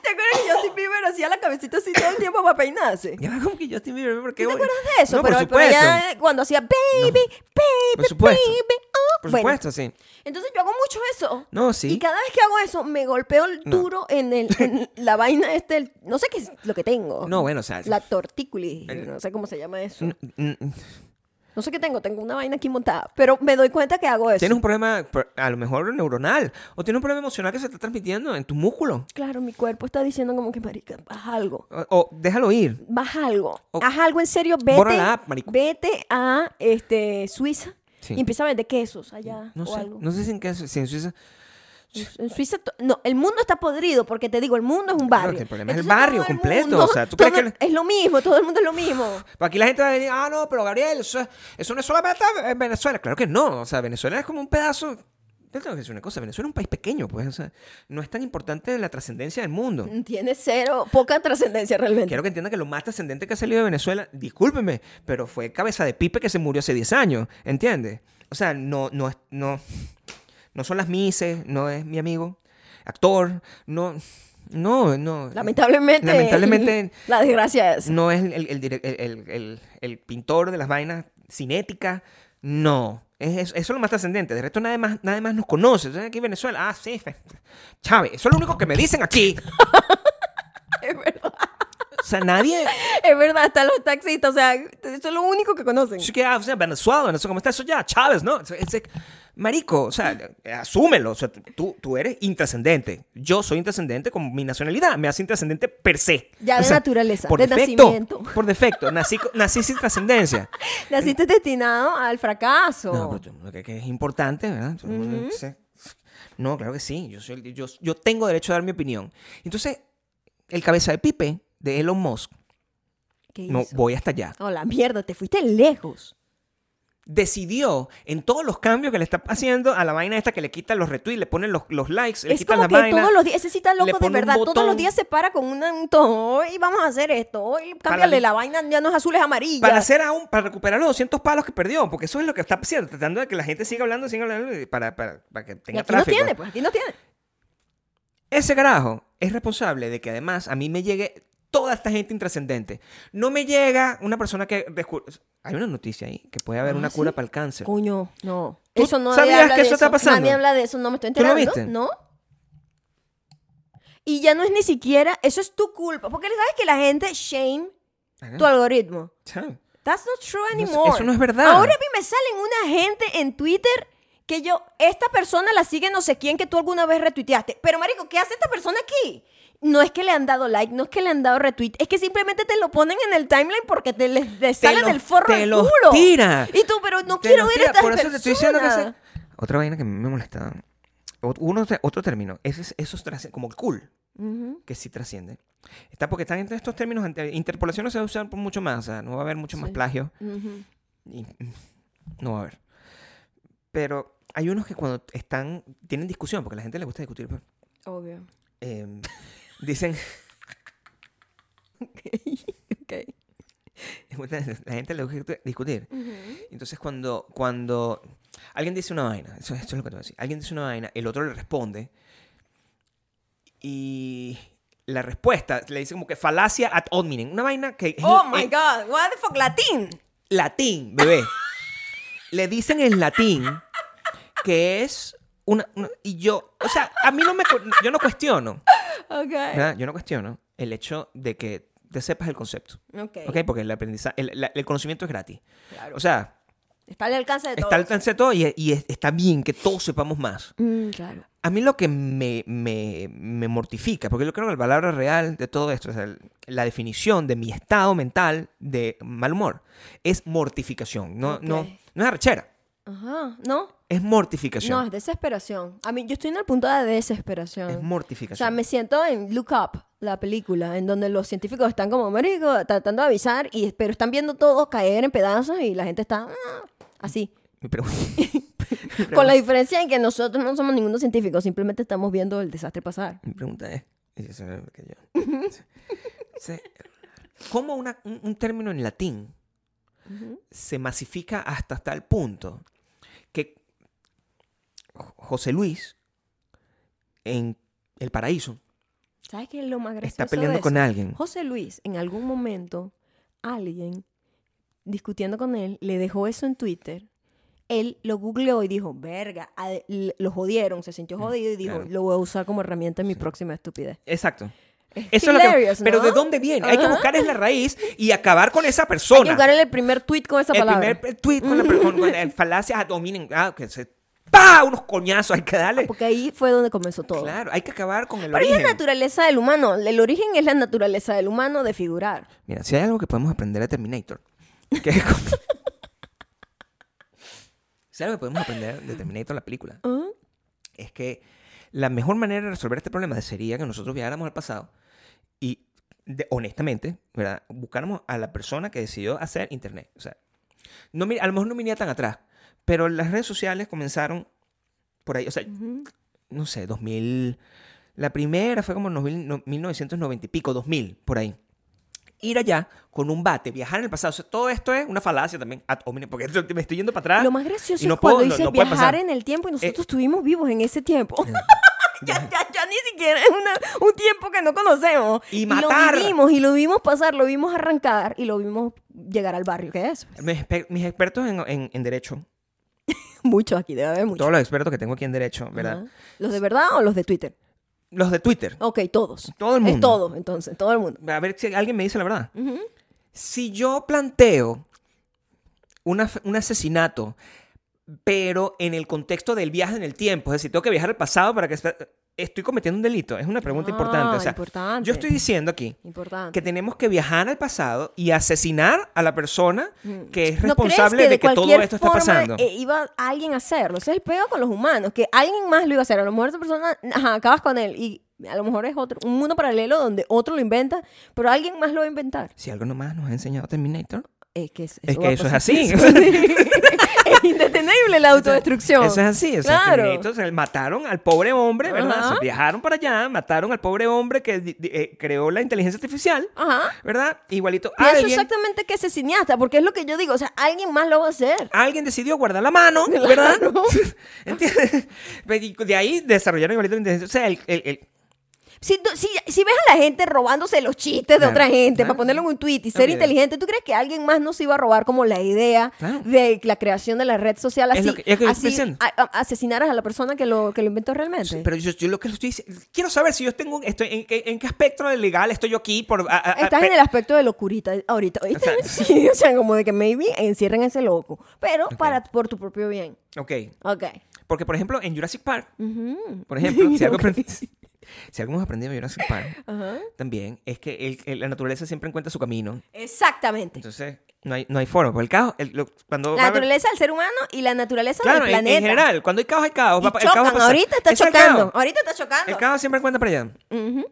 A: ¿Te acuerdas que Justin Bieber hacía la cabecita así todo el tiempo para peinarse?
B: Ya va como que Justin Bieber, ¿por qué?
A: ¿Te
B: voy?
A: acuerdas de eso?
B: No,
A: pero,
B: por
A: pero
B: supuesto.
A: ella, cuando hacía baby, baby,
B: Por supuesto.
A: baby, oh.
B: Por
A: Bueno,
B: supuesto, sí.
A: entonces yo hago mucho eso.
B: No, sí.
A: Y cada vez que hago eso, me golpeo el
B: No.
A: duro en, el, en la vaina este, el- no sé qué es lo que tengo.
B: No, bueno, o sea. mm,
A: La tortícolis, no sé cómo se llama eso.
B: n- n- n-
A: No sé qué tengo, tengo una vaina aquí montada, pero me doy cuenta que hago eso.
B: Tienes un problema, per- a lo mejor neuronal, o tienes un problema emocional que se está transmitiendo en tu músculo.
A: Claro, mi cuerpo está diciendo como que, marica, haz algo,
B: O, o déjalo ir.
A: haz algo,
B: O-
A: haz algo en serio, vete,
B: Borra la app, marico.
A: vete a este, Suiza
B: Sí.
A: y empieza a vender quesos allá
B: No
A: Ah, o
B: sé,
A: algo.
B: no sé si en, qué- si en Suiza.
A: En Suiza, to- no, el mundo está podrido porque te digo, el mundo es un
B: Claro,
A: barrio.
B: que el problema es el
A: Entonces,
B: barrio
A: todo
B: completo,
A: mundo-
B: o sea, ¿tú crees
A: todo
B: que-
A: Es lo mismo, todo el mundo es lo mismo.
B: Pero Aquí la gente va a decir, ah, no, pero Gabriel, eso, es- eso no es solamente en Venezuela. Claro que no, o sea, Venezuela es como un pedazo. Yo tengo que decir una cosa, Venezuela es un país pequeño, pues, o sea, no es tan importante la trascendencia del mundo.
A: Tiene cero, poca trascendencia realmente.
B: Quiero que entiendan que lo más trascendente que ha salido de Venezuela, discúlpeme, pero fue Cabeza de Pipe que se murió hace 10 años, ¿entiendes? O sea, no, no, es- no, no son las mises, no es mi amigo, actor, no, no, no.
A: Lamentablemente,
B: Lamentablemente, Mm.
A: la desgracia es.
B: no es el, el- el dire- el- el- el- el pintor de las vainas cinéticas, no. Es, es- eso es lo más trascendente. De resto, nadie más, nadie más nos conoce. Entonces, aquí en Venezuela, ah, sí, fe- Chávez, eso es lo único que me dicen aquí.
A: Es verdad,
B: O sea, nadie.
A: es verdad, hasta los taxistas, o sea, eso es lo único que conocen.
B: Así que, ah, o sea, Venezuela, no sé cómo está eso ya, Chávez, ¿no? Es- es- es- marico, o sea, asúmelo. O sea, tú, tú eres intrascendente. Yo soy intrascendente con mi nacionalidad. Me hace intrascendente per se.
A: Ya
B: O
A: de
B: sea,
A: naturaleza,
B: por
A: de
B: defecto,
A: nacimiento.
B: Por defecto. Nací, co- nací sin trascendencia.
A: Naciste destinado al fracaso.
B: No, pero tú- lo que, que es importante, ¿verdad? Todo el mundo se- No, claro que sí. Yo, soy, el- yo, yo tengo derecho a dar mi opinión. Entonces, el cabeza de Pipe de Elon Musk,
A: ¿Qué
B: no,
A: hizo?
B: voy hasta allá.
A: Oh, la mierda, te fuiste lejos.
B: decidió en todos los cambios que le está haciendo a la vaina esta que le quita los retweets, le ponen los, los likes, le
A: es
B: quita
A: como
B: la
A: que
B: vaina.
A: todos los días, ese sí está
B: le
A: loco de
B: pone un
A: verdad, todos los
B: botón.
A: días se para con una- un tono, hoy vamos a hacer esto, hoy cámbiale la vaina, ya no es azul, es amarilla.
B: Para hacer aún, para recuperar los 200 palos que perdió, porque eso es lo que está haciendo, tratando de que la gente siga hablando, siga hablando, y para, para, para que
A: y
B: tenga
A: aquí
B: tráfico.
A: no tiene, pues aquí no tiene.
B: Ese carajo es responsable de que además a mí me llegue toda esta gente intrascendente. No me llega una persona que... descu- Hay una noticia ahí, que puede haber
A: Ah,
B: una
A: ¿sí?
B: cura para el cáncer.
A: Coño, no.
B: ¿Tú
A: Eso no
B: sabías
A: nadie habla
B: que
A: de
B: eso está pasando?
A: Nadie habla de eso, no me estoy
B: ¿Tú lo
A: enterando.
B: viste?
A: ¿No? Y ya no es ni siquiera, eso es tu culpa. Porque sabes que la gente shame
B: Ajá.
A: tu algoritmo.
B: Chao.
A: That's not true
B: No es-
A: anymore.
B: eso no es verdad.
A: Ahora a mí me salen una gente en Twitter que yo, esta persona la sigue no sé quién que tú alguna vez retuiteaste. Pero marico, ¿qué hace esta persona aquí? No es que le han dado like, no es que le han dado retweet, es que simplemente te lo ponen en el timeline porque te les les
B: Te
A: sale
B: los-
A: del forro
B: te
A: del
B: los
A: culo.
B: tira.
A: Y tú, pero no
B: Te
A: quiero
B: lo
A: ver
B: tira,
A: a estas
B: Por eso te estoy diciendo que
A: personas.
B: se- Otra vaina que a mí me molestaba. Ot- Uno, te- otro término. Ese es, esos trascienden, como el cool,
A: Ujú.
B: que sí trasciende. Está porque están entre estos términos. ante- Interpolación no se va a usar por mucho más. O sea, no va a haber mucho más
A: Sí.
B: plagio.
A: Ujú.
B: y, mm, no va a haber. Pero hay unos que cuando están. Tienen discusión, porque a la gente le gusta discutir. pues,
A: Obvio.
B: em, Dicen,
A: Ok.
B: la gente le gusta discutir. Entonces, cuando, cuando alguien dice una vaina, eso, esto es lo que te voy a decir, alguien dice una vaina, el otro le responde y la respuesta le dice como que falacia ad hominem, una vaina que es
A: Oh
B: en-
A: my
B: en
A: God, what the fuck, latín.
B: latín, bebé. le dicen en latín que es una, una- y yo, o sea, a mí no me cu- yo no cuestiono,
A: Ok.
B: ¿verdad? Yo no cuestiono el hecho de que te sepas el concepto.
A: Ok.
B: ¿Ok? Porque el aprendizaje, el, la- el conocimiento es gratis.
A: Claro.
B: O sea,
A: Está al alcance de
B: Está al
A: todos.
B: alcance de todo y, y es- está bien que todos sepamos más.
A: Mm, claro.
B: A mí lo que me, me- me mortifica, porque yo creo que la palabra real de todo esto, o sea, el- la definición de mi estado mental de mal humor, es mortificación. No, no,
A: Ok.
B: no es arrechera,
A: Ajá. ¿No?
B: es mortificación.
A: No, es desesperación. A mí, yo estoy en el punto de desesperación.
B: es
A: O sea,
B: mortificación.
A: me siento en Look Up, la película, en donde los científicos están como marico, tratando de avisar, y, pero están viendo todo caer en pedazos y la gente está ah, así.
B: Mi pregunta-
A: Con la diferencia en que nosotros no somos ningunos científicos, simplemente estamos viendo el desastre pasar.
B: Mi pregunta es, y eso es lo que yo- se- ¿cómo una- un, un término en latín se masifica hasta tal punto que Jo- José Luis en El Paraíso
A: ¿Sabes qué es lo más gracioso?
B: está peleando
A: de
B: con
A: eso?
B: alguien?
A: José Luis, en algún momento, alguien discutiendo con él, le dejó eso en Twitter. Él lo googleó y dijo, verga, a- l- lo jodieron, se sintió jodido y dijo,
B: Mm, claro.
A: lo voy a usar como herramienta en mi próxima estupidez.
B: Exacto.
A: Es
B: Eso es lo que,
A: hilarious,
B: pero
A: ¿no?
B: ¿de dónde viene? Hay que
A: Ajá.
B: buscar es la raíz y acabar con esa
A: Y
B: persona.
A: buscarle el primer tweet con esa
B: El
A: palabra.
B: primer tweet con la con, con el falacias ad hominem, ah, que se pa unos coñazos hay que darle.
A: Porque ahí fue donde comenzó todo.
B: Claro, hay que acabar con el
A: Pero es
B: origen.
A: la naturaleza del humano. El origen es la naturaleza del humano de figurar.
B: Mira, si hay algo que podemos aprender de Terminator, que es como- si hay algo que podemos aprender de Terminator, la película, es que la mejor manera de resolver este problema sería que nosotros viajáramos al pasado y, de- honestamente, ¿verdad? buscáramos a la persona que decidió hacer Internet. O sea, no, mi- a lo mejor no venía tan atrás, pero las redes sociales comenzaron por ahí, o sea, no sé, 2000. La primera fue como en 2000, no- 1990 y pico, 2000, por ahí ir allá con un bate, viajar en el pasado. O sea, todo esto es una falacia también. ad hominem, porque esto- me estoy yendo para atrás.
A: Lo más gracioso
B: Ah, y no
A: es cuando
B: puedo- no-
A: dice
B: no puede
A: viajar
B: pasar.
A: en el tiempo y nosotros
B: Eh.
A: estuvimos vivos en ese tiempo. ya, ya, ya ni siquiera es una- un tiempo que no conocemos.
B: Y matar.
A: lo vivimos, y lo vimos pasar, lo vimos arrancar y lo vimos llegar al barrio, que es.
B: Mis, exper- mis expertos en, en- en derecho,
A: Muchos aquí, debe haber muchos.
B: todos los expertos que tengo aquí en derecho, ¿verdad?
A: Ajá. ¿Los de verdad o los de Twitter?
B: Los de Twitter.
A: Ok, todos.
B: Todo el
A: Es
B: mundo.
A: todo, entonces, todo el mundo.
B: A ver si alguien me dice la verdad. Si yo planteo una f- un asesinato, pero en el contexto del viaje en el tiempo, es decir, tengo que viajar al pasado para que... Estoy cometiendo un delito. Es una
A: Ah,
B: pregunta importante. O sea,
A: importante.
B: Yo estoy diciendo aquí
A: Importante.
B: que tenemos que viajar al pasado y asesinar a la persona que es
A: Mm. ¿No crees
B: responsable de que todo
A: cualquier
B: esto está
A: forma,
B: pasando.
A: eh, iba alguien a hacerlo. Ese es el peor con los humanos, que alguien más lo iba a hacer. A lo mejor esa persona, ajá, acabas con él y a lo mejor es otro, un mundo paralelo donde otro lo inventa, pero alguien más lo va a inventar.
B: Si algo nomás nos ha enseñado Terminator,
A: Es que, es-
B: es
A: va a
B: que eso es
A: pasar.
B: así.
A: es indetenible la autodestrucción.
B: Eso es así. O sea,
A: Claro.
B: Terminator, o sea, mataron al pobre hombre, ¿verdad?
A: Ajá.
B: Se viajaron para allá, mataron al pobre hombre que di- di- eh, creó la inteligencia artificial,
A: Ajá.
B: ¿verdad? Igualito.
A: Pienso
B: Alguien,
A: exactamente que ese cineasta, porque es lo que yo digo, o sea, alguien más lo va a hacer.
B: alguien decidió guardar la mano, ¿verdad?
A: Claro.
B: ¿Entiendes? Pues, Y De ahí desarrollaron igualito la inteligencia. O sea, el- el- el,
A: Si, tú- si, si ves a la gente robándose los chistes de
B: Claro,
A: otra gente
B: claro,
A: para ponerlo en un tweet y ser
B: También.
A: inteligente, ¿tú crees que alguien más nos iba a robar como la idea
B: Claro.
A: de la creación de la red social
B: Es
A: así?
B: lo que- es lo que yo estoy
A: así
B: diciendo.
A: a- a- asesinaras a la persona que lo, que lo inventó realmente.
B: Sí, pero yo, yo lo que estoy diciendo, quiero saber si yo tengo, estoy, en, qué, en qué aspecto legal estoy yo aquí por... a- a- a-
A: Estás
B: ah, pe-
A: en el aspecto de locurita eh, ahorita, ¿oíste?
B: O sea-
A: sí, o sea, como de que maybe encierren ese loco, pero para por tu propio bien.
B: Ok,
A: Ok.
B: porque por ejemplo en Jurassic Park, por ejemplo, si algo, aprend- si algo hemos aprendido en Jurassic Park, también es que el- el- la naturaleza siempre encuentra su camino.
A: Exactamente.
B: Entonces, no hay, no hay forma. Porque el caos, el- lo- cuando... va
A: La
B: a haber-
A: naturaleza del ser humano y la naturaleza
B: claro,
A: del
B: en, en
A: planeta.
B: general, cuando hay caos, hay caos.
A: Y
B: va- el caos va a
A: chocan,
B: pasar.
A: ahorita está
B: Ese es el
A: chocando,
B: caos.
A: ahorita está chocando.
B: El caos siempre cuenta para allá.
A: Ujú.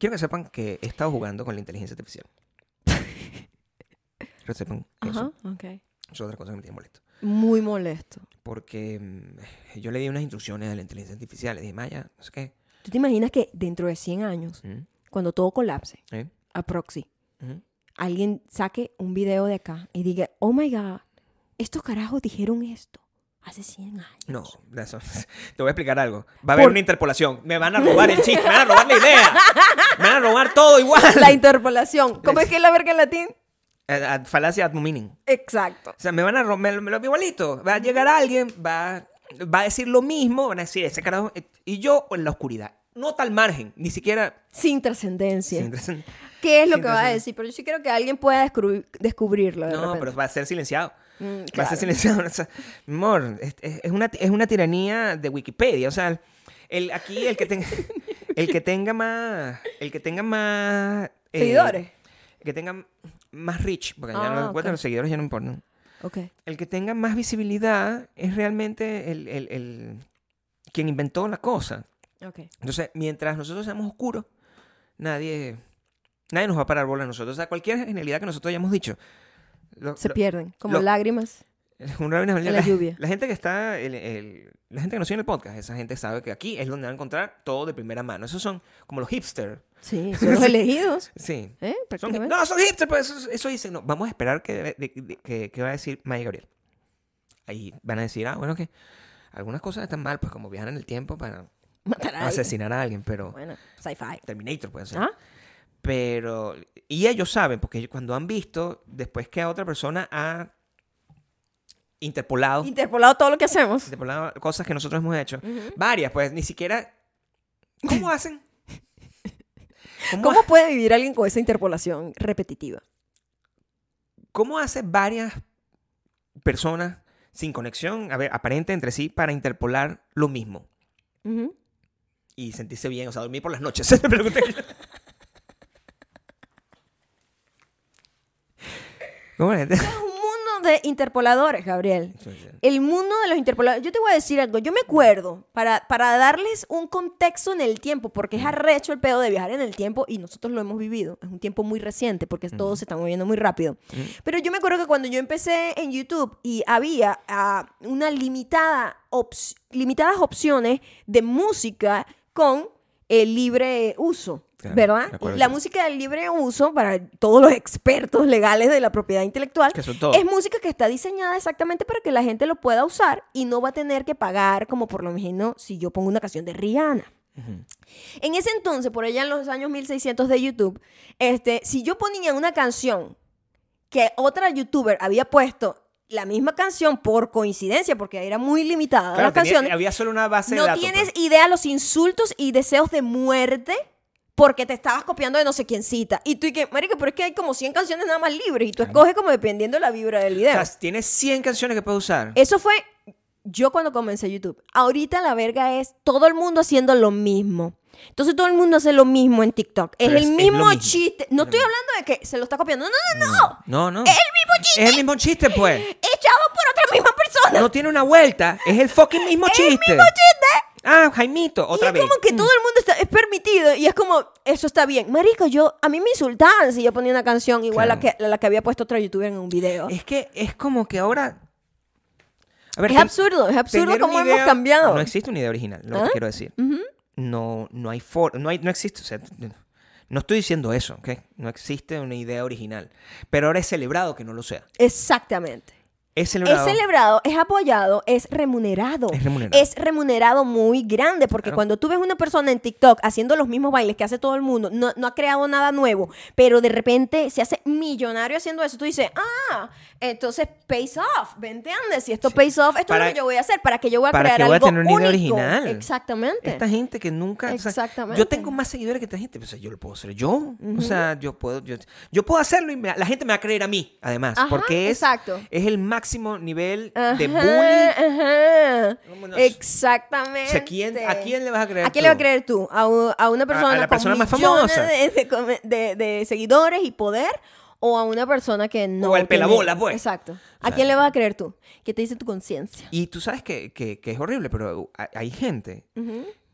B: Quiero que sepan que he estado jugando con la inteligencia artificial. Quiero que sepan que eso,
A: Ajá, ok.
B: eso es otra cosa que me tiene molesto.
A: Muy molesto.
B: porque mm, yo le di unas instrucciones a la inteligencia artificial. Le dije, Maya, no sé qué.
A: ¿Tú te imaginas que dentro de 100 años,
B: Mm.
A: cuando todo colapse,
B: ¿Eh?
A: a proxy,
B: Ujú.
A: alguien saque un video de acá y diga, oh my God, estos carajos dijeron esto hace 100 años.
B: No, eso- te voy a explicar algo. Va a haber
A: Por-
B: una interpolación. Me van a robar el chiste, me van a robar la idea. Me van a robar todo igual.
A: La interpolación. ¿Cómo es que es la verga en latín?
B: Ad- ad falacia ad hominem.
A: Exacto.
B: O sea, me van a romper lo igualito. Va a llegar alguien, va, va a decir lo mismo, van a decir ese carajo. eh, Y yo en la oscuridad. No tal margen, ni siquiera.
A: Sin trascendencia.
B: sin razón.
A: ¿Qué es lo
B: sin
A: que va a
B: trascendencia.
A: decir? Pero yo sí creo que alguien pueda descubri- descubrirlo. De
B: No,
A: repente.
B: pero va a ser silenciado.
A: Mm,
B: Va a
A: claro.
B: ser silenciado. O sea, amor, es, es- es una, es una tiranía de Wikipedia. O sea, el, aquí el que tenga. El que tenga más. El que tenga más. eh,
A: Seguidores.
B: El que tenga más reach. Porque ya no
A: Ah,
B: lo encuentro,
A: ok.
B: los seguidores ya no importan.
A: Ok.
B: el que tenga más visibilidad es realmente el, el- el- quien inventó la cosa.
A: Ok.
B: Entonces, mientras nosotros seamos oscuros, nadie, nadie nos va a parar bola a nosotros. O sea, cualquier genialidad que nosotros hayamos dicho. Lo-
A: Se
B: lo-
A: pierden, como
B: lo-
A: lágrimas.
B: un rayo en la-
A: en la lluvia.
B: La gente que está, el- el- la gente que nos sigue en el podcast, esa gente sabe que aquí es donde va a encontrar todo de primera mano. Esos son como los hipsters.
A: Sí, son los elegidos.
B: Sí.
A: ¿eh?
B: Son-
A: Prácticamente.
B: no, son hipsters, pero eso, eso dicen. No, vamos a esperar que, de- de- que- que va a decir Maya Gabriel. Ahí van a decir, ah, bueno, que algunas cosas están mal, pues como viajan en el tiempo para
A: Matar a alguien.
B: asesinar a alguien, pero
A: Bueno, sci-fi.
B: Terminator puede ser.
A: ¿Ah?
B: Pero, y ellos saben, porque ellos cuando han visto, después que a otra persona ha interpolado,
A: Interpolado todo lo que hacemos.
B: interpolado cosas que nosotros hemos hecho, varias, pues ni siquiera. ¿Cómo hacen?
A: ¿Cómo puede vivir alguien con esa interpolación repetitiva?
B: ¿Cómo hace varias personas sin conexión, a ver, aparente entre sí, para interpolar lo mismo?
A: Ujú.
B: Y sentirse bien, o sea, dormir por las noches. Me pregunté. ¿Cómo la gente?
A: Es un mundo de interpoladores, Gabriel.
B: Sí, sí.
A: El mundo de los interpoladores. Yo te voy a decir algo. Yo me acuerdo, para, para darles un contexto en el tiempo, porque es arrecho el pedo de viajar en el tiempo y nosotros lo hemos vivido. Es un tiempo muy reciente porque todo se está moviendo muy rápido. Pero yo me acuerdo que cuando yo empecé en YouTube y había ah, una limitada ops- limitadas opciones de música con el libre uso.
B: Claro, me
A: ¿Verdad?
B: acuerdo
A: La
B: yo.
A: música del libre uso, para todos los expertos legales de la propiedad intelectual,
B: Que son todos.
A: es música que está diseñada exactamente para que la gente lo pueda usar y no va a tener que pagar, como por lo menos si yo pongo una canción de Rihanna. En ese entonces, por allá en los años 1600 de YouTube, este, si yo ponía una canción que otra youtuber había puesto la misma canción por coincidencia, porque era muy limitada
B: Claro,
A: la
B: tenía-
A: canción,
B: había solo una base de
A: no
B: datos.
A: tienes
B: pues.
A: idea los insultos y deseos de muerte porque te estabas copiando de no sé quién cita. Y tú y que, marica, pero es que hay como 100 canciones nada más libres y tú escoges como dependiendo de la vibra del video.
B: O sea, tienes 100 canciones que puedes usar.
A: Eso fue yo cuando comencé YouTube. Ahorita la verga es todo el mundo haciendo lo mismo. Entonces todo el mundo hace lo mismo en TikTok. Es
B: Pero
A: el
B: es- es lo
A: mismo
B: mismo.
A: chiste. No estoy hablando de que se lo está copiando. No, no, no.
B: No, no.
A: Es el mismo chiste.
B: Es el mismo chiste, pues.
A: Echado por otra misma persona.
B: No tiene una vuelta. Es el fucking mismo
A: Es el
B: chiste.
A: mismo chiste.
B: Ah, Jaimito, otra
A: y es
B: vez.
A: como que todo el mundo está, es permitido y es como, eso está bien. Marico, yo, a mí me insultaban si yo ponía una canción igual a
B: Claro.
A: la que, a la que había puesto otro youtuber en un video. Es,
B: Es que es como que ahora. A ver, ten-
A: absurdo, es absurdo
B: tener una
A: cómo hemos
B: idea- Ah,
A: cambiado. ¿Ah?
B: No existe una idea original, lo que quiero decir. No, no hay for, no hay, no existe. o sea, no estoy diciendo eso, ¿ok? No existe una idea original. Pero ahora es celebrado que no lo sea.
A: Exactamente.
B: Es celebrado.
A: Es celebrado, es apoyado, es remunerado.
B: Es remunerado.
A: Es remunerado muy grande, porque
B: Claro.
A: cuando tú ves una persona en TikTok haciendo los mismos bailes que hace todo el mundo, no, no ha creado nada nuevo, pero de repente se hace millonario haciendo eso, tú dices, ah, entonces pays off, ¿me entiendes? Si esto pays off, esto
B: Para-
A: es lo que yo voy a hacer, ¿para que yo voy a
B: para
A: crear
B: que voy a
A: algo
B: tener una idea
A: único?
B: original.
A: Exactamente.
B: Esta gente que nunca. o sea,
A: Exactamente.
B: yo tengo más seguidores que esta gente. pues, O sea, yo lo puedo hacer yo. O sea, yo puedo, yo, yo puedo hacerlo y me- la gente me va a creer a mí, además.
A: Ajá,
B: porque es,
A: exacto.
B: es el máximo nivel de
A: Ajá,
B: bullying.
A: ajá.
B: Vámonos.
A: Exactamente.
B: O sea, ¿quién- ¿a quién le vas a creer?
A: ¿A quién le va a
B: tú?
A: creer tú? ¿A, u- a una persona,
B: la
A: con
B: persona más
A: millones
B: famosa.
A: De, de come- de- de seguidores y poder? ¿O a una persona que no.
B: O al
A: tiene-
B: pelabola, pues.
A: Exacto. ¿A
B: sea,
A: quién le vas a creer tú? ¿Qué te dice tu conciencia?
B: Y tú sabes que, que- que es horrible, pero hay- hay gente.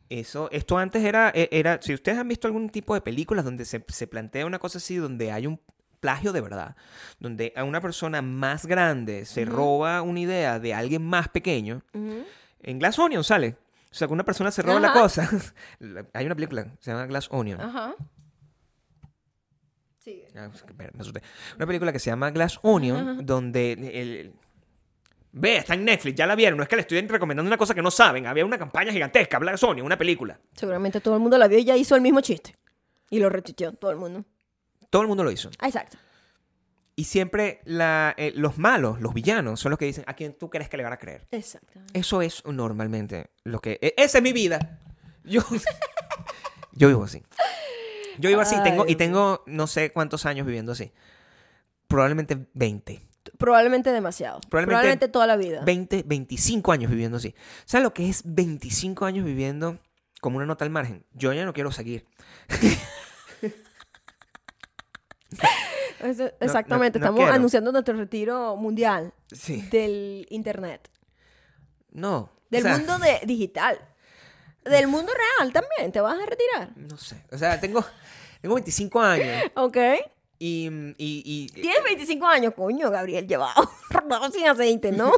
B: Eso, esto antes era, e- era, si ustedes han visto algún tipo de películas donde se, se plantea una cosa así, donde hay un plagio de verdad, donde a una persona más grande se roba una idea de alguien más pequeño, en Glass Onion sale. O sea, que una persona se roba la
A: Ajá. Ah.
B: cosa. La- hay una película, se llama Glass Onion.
A: Ajá. Sí.
B: Ah, es que, espera, me asusté. Una película que se llama Glass Onion, donde el, el- Ve, está en Netflix, ya la vieron. No es que le estoy recomendando una cosa que no saben. Había una campaña gigantesca, Glass Onion, una película.
A: Seguramente todo el mundo la vio y ya hizo el mismo chiste. Y lo retuiteó todo el mundo.
B: Todo el mundo lo hizo.
A: Ah, exacto.
B: Y siempre la- eh, los malos, los villanos, son los que dicen, ¿a quién tú crees que le van a creer?
A: Exacto.
B: Eso es normalmente lo que... e- esa es mi vida. Yo, yo vivo así. Yo vivo así
A: Ay,
B: tengo, y
A: Dios
B: tengo no sé cuántos años viviendo así. Probablemente 20.
A: Probablemente demasiado.
B: Probablemente-
A: Probablemente, toda la vida.
B: 20, 25 años viviendo así. ¿Sabes lo que es 25 años viviendo como una nota al margen? Yo ya no quiero seguir.
A: Eso- Exactamente.
B: no
A: Estamos
B: quiero.
A: anunciando nuestro retiro mundial
B: Sí.
A: del internet.
B: No.
A: Del
B: o sea,
A: mundo de digital. Del mundo real también. ¿Te vas a retirar?
B: No sé. O sea, tengo, tengo 25 años
A: Ok.
B: y... y, y-
A: Tienes 25 años, coño, Gabriel. Llevado rodado sin aceite, ¿no?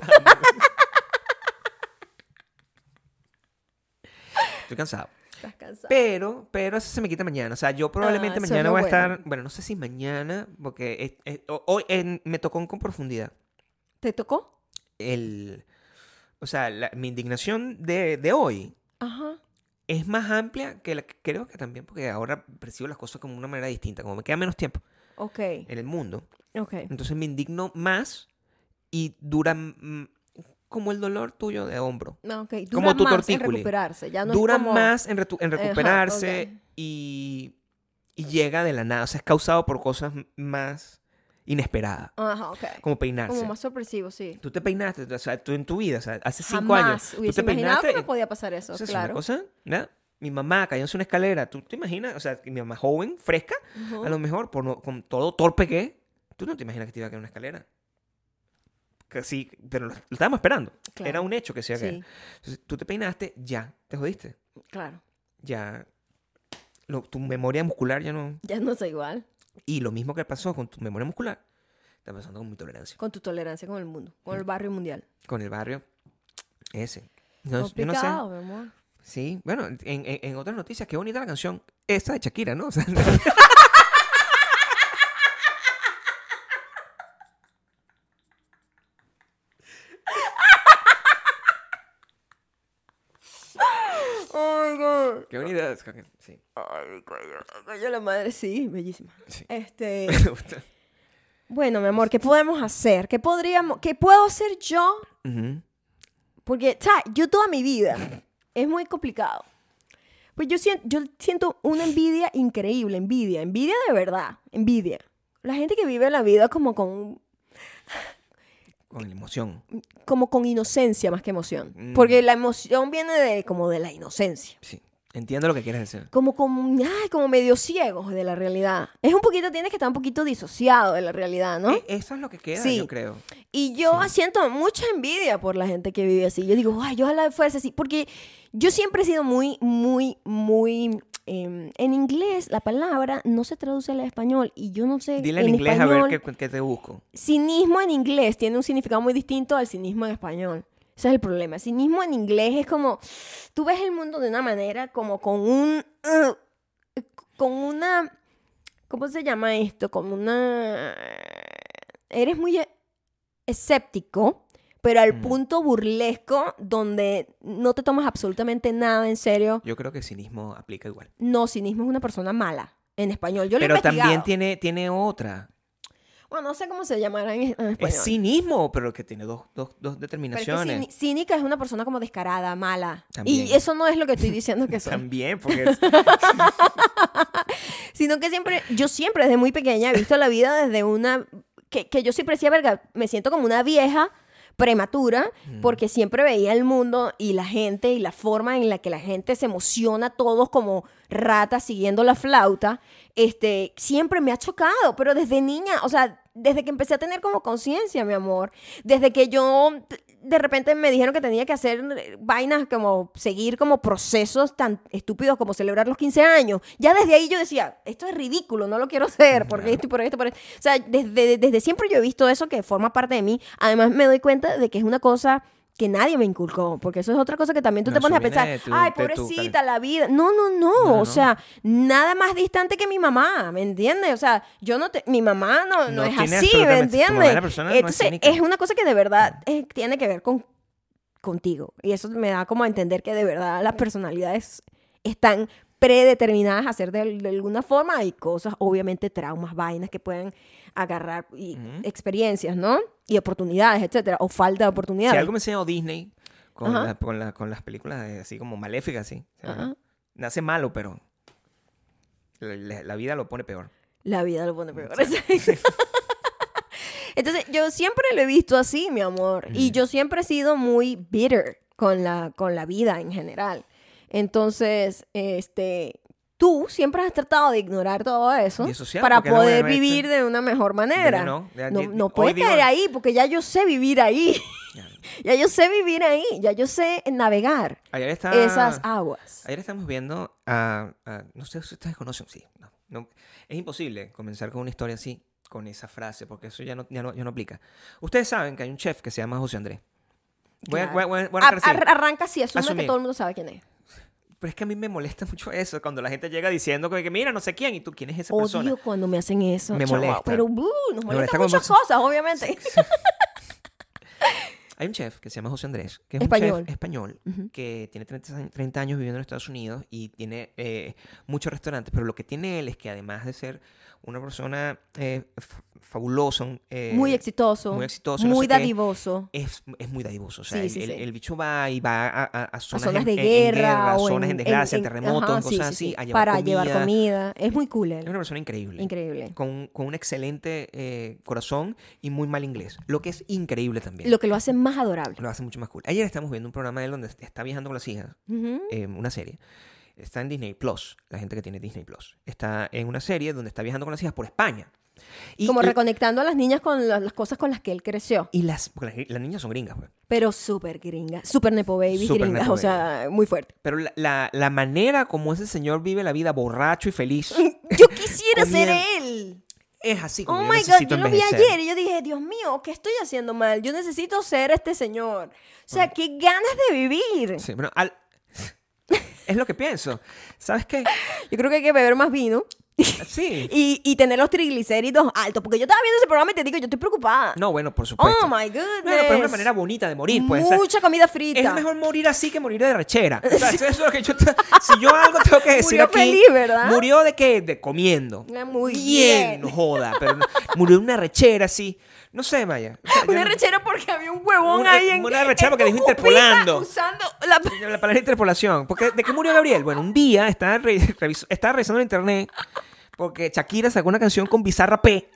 B: estoy cansado.
A: Estás cansado.
B: Pero, pero eso se me quita mañana. O sea, yo probablemente
A: Ah, eso es
B: mañana
A: lo
B: voy a estar...
A: bueno.
B: Bueno, no sé si mañana, porque es- es- ho- hoy en- me tocó con profundidad.
A: ¿Te tocó?
B: El, o sea, la- mi indignación de, de hoy
A: Ajá.
B: es más amplia que la que creo que también, porque ahora percibo las cosas como una manera distinta, como me queda menos tiempo
A: Ok.
B: en el mundo,
A: Ok.
B: entonces me indigno más y dura mm, como el dolor tuyo de hombro.
A: No, ok. Dura
B: Como tu
A: más en
B: tortículi.
A: recuperarse. Ya no es
B: dura
A: como-
B: más en, retu- en
A: Ajá,
B: recuperarse
A: ok.
B: y, y llega de la nada, o sea, es causado por cosas m- más inesperadas,
A: Ajá, ok.
B: como peinarse.
A: Como más sorpresivo, sí.
B: Tú te peinaste, o sea, tú en tu vida, o sea, hace cinco
A: Jamás
B: años, tú
A: hubiese
B: te
A: imaginado
B: peinaste
A: que me
B: y-
A: podía pasar eso,
B: O sea, es una
A: claro.
B: cosa, ¿verdad? Mi mamá cayéndose en una escalera, ¿tú te imaginas? O sea, mi mamá joven, fresca,
A: Ujú.
B: a lo mejor, por no- con todo torpe que es, tú no te imaginas que te iba a caer en una escalera. Que sí, pero lo, lo estábamos esperando.
A: Claro.
B: Era un hecho que se iba a caer.
A: Sí,
B: Entonces, tú te peinaste, ya, te jodiste.
A: claro.
B: Ya, lo- tu memoria muscular ya no...
A: Ya no soy igual
B: Y lo mismo que pasó con tu memoria muscular, está pasando con mi tolerancia.
A: con tu tolerancia con el mundo, con el
B: Mm.
A: barrio mundial.
B: Con el barrio ese. No, yo no sé.
A: Complicado, mi amor.
B: Sí, bueno, en, en- en otras noticias, qué bonita la canción. Esta de Shakira, ¿no? O sea, qué bonita. es- Sí.
A: Coño, la madre, sí, bellísima.
B: Sí.
A: Este, bueno, mi amor, ¿qué podemos hacer? ¿Qué podríamos, qué puedo hacer yo?
B: Ujú.
A: Porque, ¿sabes? Yo toda mi vida es muy complicado. Pues yo siento, yo siento una envidia increíble, envidia, envidia de verdad, envidia. La gente que vive la vida como con
B: Con la emoción.
A: como con inocencia más que emoción.
B: Mm.
A: Porque la emoción viene de, como de la inocencia.
B: Sí. Entiendo lo que quieres decir.
A: Como, con, ay, como medio ciegos de la realidad. Es un poquito, tienes que estar un poquito disociado de la realidad, ¿no?
B: E- Eso es lo que queda,
A: Sí.
B: yo creo.
A: Y yo siento mucha envidia por la gente que vive así. Yo digo, ay, yo ojalá fuese así. Porque yo siempre he sido muy, muy, muy... em, en inglés la palabra no se traduce al español y yo no sé...
B: Dile en, inglés a
A: español-
B: ver qué, qué te busco.
A: cinismo en inglés tiene un significado muy distinto al cinismo en español. Ese es el problema. Cinismo en inglés es como tú ves el mundo de una manera como con un eh, con una ¿cómo se llama esto? Como una eres muy e- escéptico, pero al
B: Mm.
A: punto burlesco donde no te tomas absolutamente nada en serio.
B: Yo creo que el cinismo aplica igual.
A: No, cinismo es una persona mala en español. Yo lo he
B: Pero también
A: investigado.
B: tiene, tiene otra.
A: Bueno, no sé cómo se llamará en, en español.
B: Es cinismo, pero que tiene dos, dos, dos
A: Pero es que
B: determinaciones.
A: cini- cínica es una persona como descarada, mala.
B: También.
A: Y eso no es lo que estoy diciendo que soy.
B: También, porque es-
A: Sino que siempre, yo siempre desde muy pequeña he visto la vida desde una... Que, que yo siempre decía, verga, me siento como una vieja prematura porque siempre veía el mundo y la gente y la forma en la que la gente se emociona todos como ratas siguiendo la flauta, este, siempre me ha chocado, pero desde niña, o sea, desde que empecé a tener como conciencia, mi amor, desde que yo t- de repente me dijeron que tenía que hacer eh, vainas como seguir como procesos tan estúpidos como celebrar los 15 años, ya desde ahí yo decía, esto es ridículo, no lo quiero hacer, porque
B: Claro.
A: esto y por esto, por esto. O sea, desde, desde siempre yo he visto eso que forma parte de mí, además me doy cuenta de que es una cosa que nadie me inculcó, porque eso es otra cosa que también tú
B: No,
A: te pones a
B: eso viene
A: pensar,
B: de tu-
A: ay,
B: de tu
A: pobrecita,
B: cabeza".
A: la vida. No, no, no,
B: No, no.
A: o sea, nada más distante que mi mamá, ¿me entiendes? O sea, yo no te, mi mamá no, no,
B: No
A: es
B: tiene
A: así, ¿me
B: absolutamente- tu mamá
A: entiendes?
B: era persona no es
A: Entonces,
B: cínica.
A: es una cosa que de verdad eh, tiene que ver con contigo, y eso me da como a entender que de verdad las personalidades están predeterminadas a ser de, de alguna forma, hay cosas, obviamente traumas, vainas que pueden agarrar y
B: Ujú.
A: experiencias, ¿no? Y oportunidades, etcétera, o falta de oportunidades.
B: Si algo me enseñó Disney con,
A: Ajá.
B: la- con, la- con las películas de- así como maléficas, así. o sea,
A: Ajá.
B: Nace malo, pero la, la- la vida lo pone peor.
A: La vida lo pone peor. exacto. Entonces, yo siempre lo he visto así, mi amor. Y yo siempre he sido muy bitter con la, con la vida en general. Entonces, este, tú siempre has tratado de ignorar todo eso
B: Y eso sí,
A: para
B: porque no
A: poder
B: me meten.
A: vivir de una mejor manera.
B: No, ya-
A: no,
B: ya-
A: no
B: hoy
A: puedes
B: digo-
A: caer ahí porque ya yo sé vivir ahí. ya yo sé vivir ahí. Ya yo sé navegar
B: Ayer está...
A: esas aguas.
B: Ayer estamos viendo a, a- No sé si ustedes conocen, sí. no, no, es imposible comenzar con una historia así, con esa frase, porque eso ya no, ya no, ya no aplica. Ustedes saben que hay un chef que se llama José Andrés. Voy a-
A: Claro.
B: voy a- voy a- voy a
A: Ar-
B: arrancar así.
A: ar- arranca así, asume
B: Asumir.
A: que todo el mundo sabe quién es.
B: Pero es que a mí me molesta mucho eso, cuando la gente llega diciendo que, que mira, no sé quién, y tú, ¿quién es esa
A: Odio
B: persona?
A: cuando me hacen eso.
B: Me
A: chamo.
B: molesta.
A: Pero buh, nos
B: molesta
A: molestan
B: cuando
A: muchas
B: me hacen-
A: cosas, obviamente.
B: Hay un chef que se llama José Andrés, que es un
A: Español.
B: chef español que tiene 30, años- 30 años viviendo en Estados Unidos y tiene eh, muchos restaurantes, pero lo que tiene él es que además de ser una persona eh, fa- fabulosa, un, eh,
A: muy exitoso.
B: muy exitoso, no
A: Muy
B: sé qué.
A: dadivoso.
B: es, es muy dadivoso. O sea,
A: Sí,
B: el,
A: sí,
B: el-
A: sí.
B: el bicho va y va a, a- a
A: A
B: zonas,
A: zonas
B: en-
A: de
B: en- en
A: guerra. o
B: zonas en desgracia,
A: en-
B: terremotos,
A: ajá,
B: en
A: sí,
B: cosas
A: sí,
B: así,
A: sí,
B: a llevar
A: para
B: comida.
A: llevar comida. Es muy cool
B: Es
A: él.
B: una persona increíble.
A: Increíble.
B: Con, un- con un excelente eh, corazón y muy mal inglés. Lo que es increíble también.
A: Lo que lo hace más adorable.
B: Lo hace mucho más cool. Ayer estamos viendo un programa de él donde está viajando con las hijas,
A: Ujú.
B: eh, una serie. Está en Disney Plus, la gente que tiene Disney Plus. Está en una serie donde está viajando con las hijas por España. Y,
A: Como
B: y-
A: reconectando a las niñas con la- las cosas con las que él creció.
B: y las, porque las, las niñas son gringas, pues.
A: Pero súper gringa. Súper nepo baby
B: Súper
A: gringa.
B: nepo
A: O sea, muy fuerte.
B: Pero la, la- la manera como ese señor vive la vida borracho y feliz
A: Yo quisiera ser
B: Comida.
A: él.
B: es así como
A: Oh
B: yo
A: my god,
B: necesito
A: yo lo vi
B: envejecer.
A: ayer y yo dije, Dios mío, ¿qué estoy haciendo mal? Yo necesito ser este señor. O sea, qué ganas de vivir.
B: Sí, bueno, al- es lo que pienso. ¿Sabes qué?
A: Yo creo que hay que beber más vino
B: Sí.
A: y, y tener los triglicéridos altos. Porque yo estaba viendo ese programa y te digo, yo estoy preocupada.
B: No, bueno, por supuesto.
A: oh my goodness.
B: Bueno, pero es una manera bonita de morir, pues. o sea,
A: Mucha comida frita.
B: Es mejor morir así que morir de rechera. O sea, eso es lo que yo te- si yo algo tengo que decir
A: Murió
B: aquí.
A: feliz, ¿verdad?
B: Murió de qué? De comiendo.
A: Ah, muy bien.
B: no joda. Pero no- murió de una rechera así. No sé, Maya. O sea, yo
A: Una
B: no-
A: rechera porque había un huevón
B: Una-
A: ahí en.
B: una rechera
A: en
B: porque dijo
A: Cucupiza
B: interpolando.
A: Usando la.
B: La palabra interpolación. Porque, ¿De qué murió Gabriel? Bueno, un día estaba, re- revis- estaba revisando en internet porque Shakira sacó una canción con Bizarra P.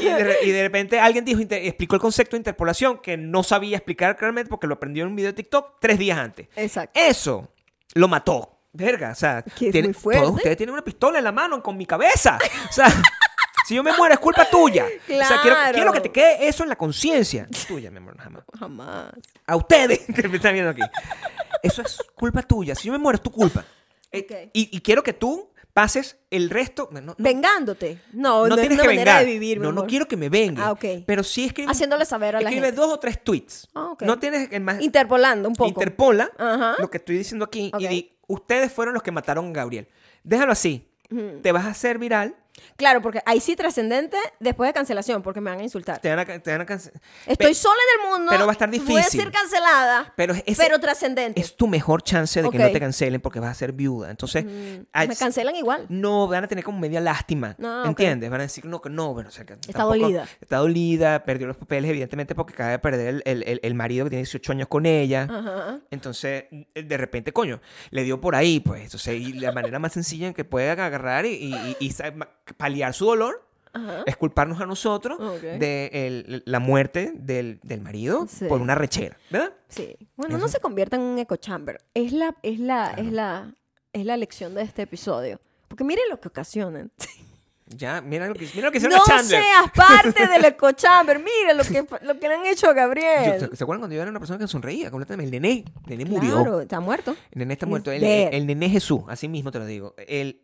B: Y de, re- y de repente alguien dijo, inter- explicó el concepto de interpolación que no sabía explicar claramente porque lo aprendió en un video de TikTok tres días antes.
A: Exacto.
B: Eso lo mató. Verga, o sea,
A: Que es
B: tiene-
A: muy fuerte.
B: todos ustedes tienen una pistola en la mano con mi cabeza. O sea, si yo me muero es culpa tuya. O sea, quiero,
A: Claro.
B: quiero que te quede eso en la conciencia. Tuya, mi amor, nada más.
A: Jamás.
B: A ustedes que me están viendo aquí. Eso es culpa tuya. Si yo me muero es tu culpa. Eh,
A: Ok.
B: y, y quiero que tú pases el resto. No, no, no-
A: Vengándote. No,
B: no
A: no, es
B: tienes
A: una
B: que
A: manera
B: vengar.
A: de vivir. mi
B: no, no
A: amor.
B: quiero que me vengue.
A: Ah, ok.
B: Pero sí escribe.
A: Haciéndole saber a la
B: escribe
A: gente.
B: dos o tres tweets.
A: Ah, ok.
B: No tienes que más.
A: Interpolando un poco.
B: Interpola
A: Ajá.
B: lo que estoy diciendo aquí
A: Ok.
B: y di, ustedes fueron los que mataron a Gabriel. Déjalo así. Te vas a hacer viral,
A: Claro, porque ahí sí trascendente después de cancelación, porque me van a insultar.
B: te van a, ca- te van a cancelar.
A: Estoy sola en el mundo.
B: pero va a estar
A: Voy a
B: difícil.
A: ser cancelada.
B: Pero es-
A: pero trascendente.
B: Es tu mejor chance de que no
A: Ok.
B: te cancelen porque vas a ser viuda. Entonces, al-
A: Mm, me cancelan igual.
B: no, van a tener como media lástima.
A: Ah, ok.
B: ¿Entiendes? Van a decir, no, que no, bueno, o sea, que
A: Está dolida.
B: Está dolida, perdió los papeles, evidentemente, porque acaba de perder el, el- el- el marido que tiene 18 años con ella.
A: Ajá.
B: Entonces, eh, de repente, coño, le dio por ahí, pues. Entonces, y la manera más sencilla en que puede agarrar y, y- y- y sa- ma- paliar su dolor
A: Ajá.
B: es culparnos a nosotros
A: Ah. Ok.
B: de el- la muerte del, del marido
A: Sí.
B: por una rechera, ¿verdad?
A: Sí. Bueno, no se convierta en un echo chamber. Es la, es
B: Ah,
A: la, es la, es la lección de este episodio. Porque miren lo que ocasionan.
B: Ya, mira lo que, mira lo que hicieron
A: No
B: a Chandler.
A: seas parte del echo chamber. Mira lo que, lo que le han hecho a Gabriel.
B: Yo- ¿Se acuerdan cuando yo era una persona que sonreía completamente? El nené, el nené murió.
A: Claro, está muerto.
B: El nené está
A: He's
B: muerto. El,
A: dead.
B: el- el nené Jesús, así mismo te lo digo. El,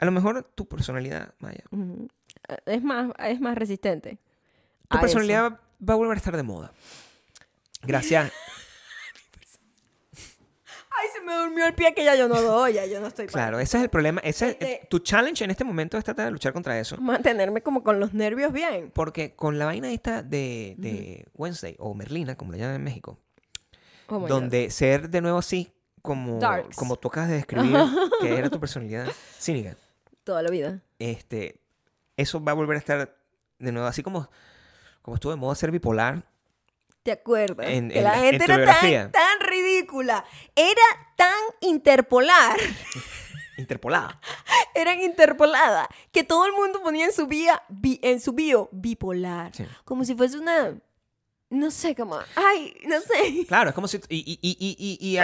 B: a lo mejor tu personalidad, Maya,
A: Ujú. Eh, Es más, es más resistente. a
B: tu
A: Ah, eso.
B: personalidad va a volver a estar de moda. Gracias.
A: Ay, se me durmió el pie que ya yo no doy, ya yo no estoy para
B: Claro, ese es el problema. Ese es-
A: Este-
B: tu challenge en este momento es tratar de luchar contra eso.
A: mantenerme como con los nervios bien.
B: Porque con la vaina esta de, de Wednesday o Merlina, como la llaman en México,
A: Oh my God.
B: donde ser de nuevo así, como,
A: Darks.
B: como tocas de describir, que era tu personalidad cínica,
A: Toda la vida.
B: este, eso va a volver a estar de nuevo así como, como estuvo de moda ser bipolar.
A: ¿Te acuerdas?
B: En-
A: que
B: en
A: la
B: la- en
A: gente
B: tu
A: era
B: biografía.
A: tan, tan ridícula. Era tan interpolar.
B: Interpolada.
A: eran interpoladas, que todo el mundo ponía en su, vía, bi- en su bio bipolar.
B: Sí.
A: Como si fuese una... No sé, como... Ay, no sé.
B: Claro, es como si... Y, y, y, y- y- y-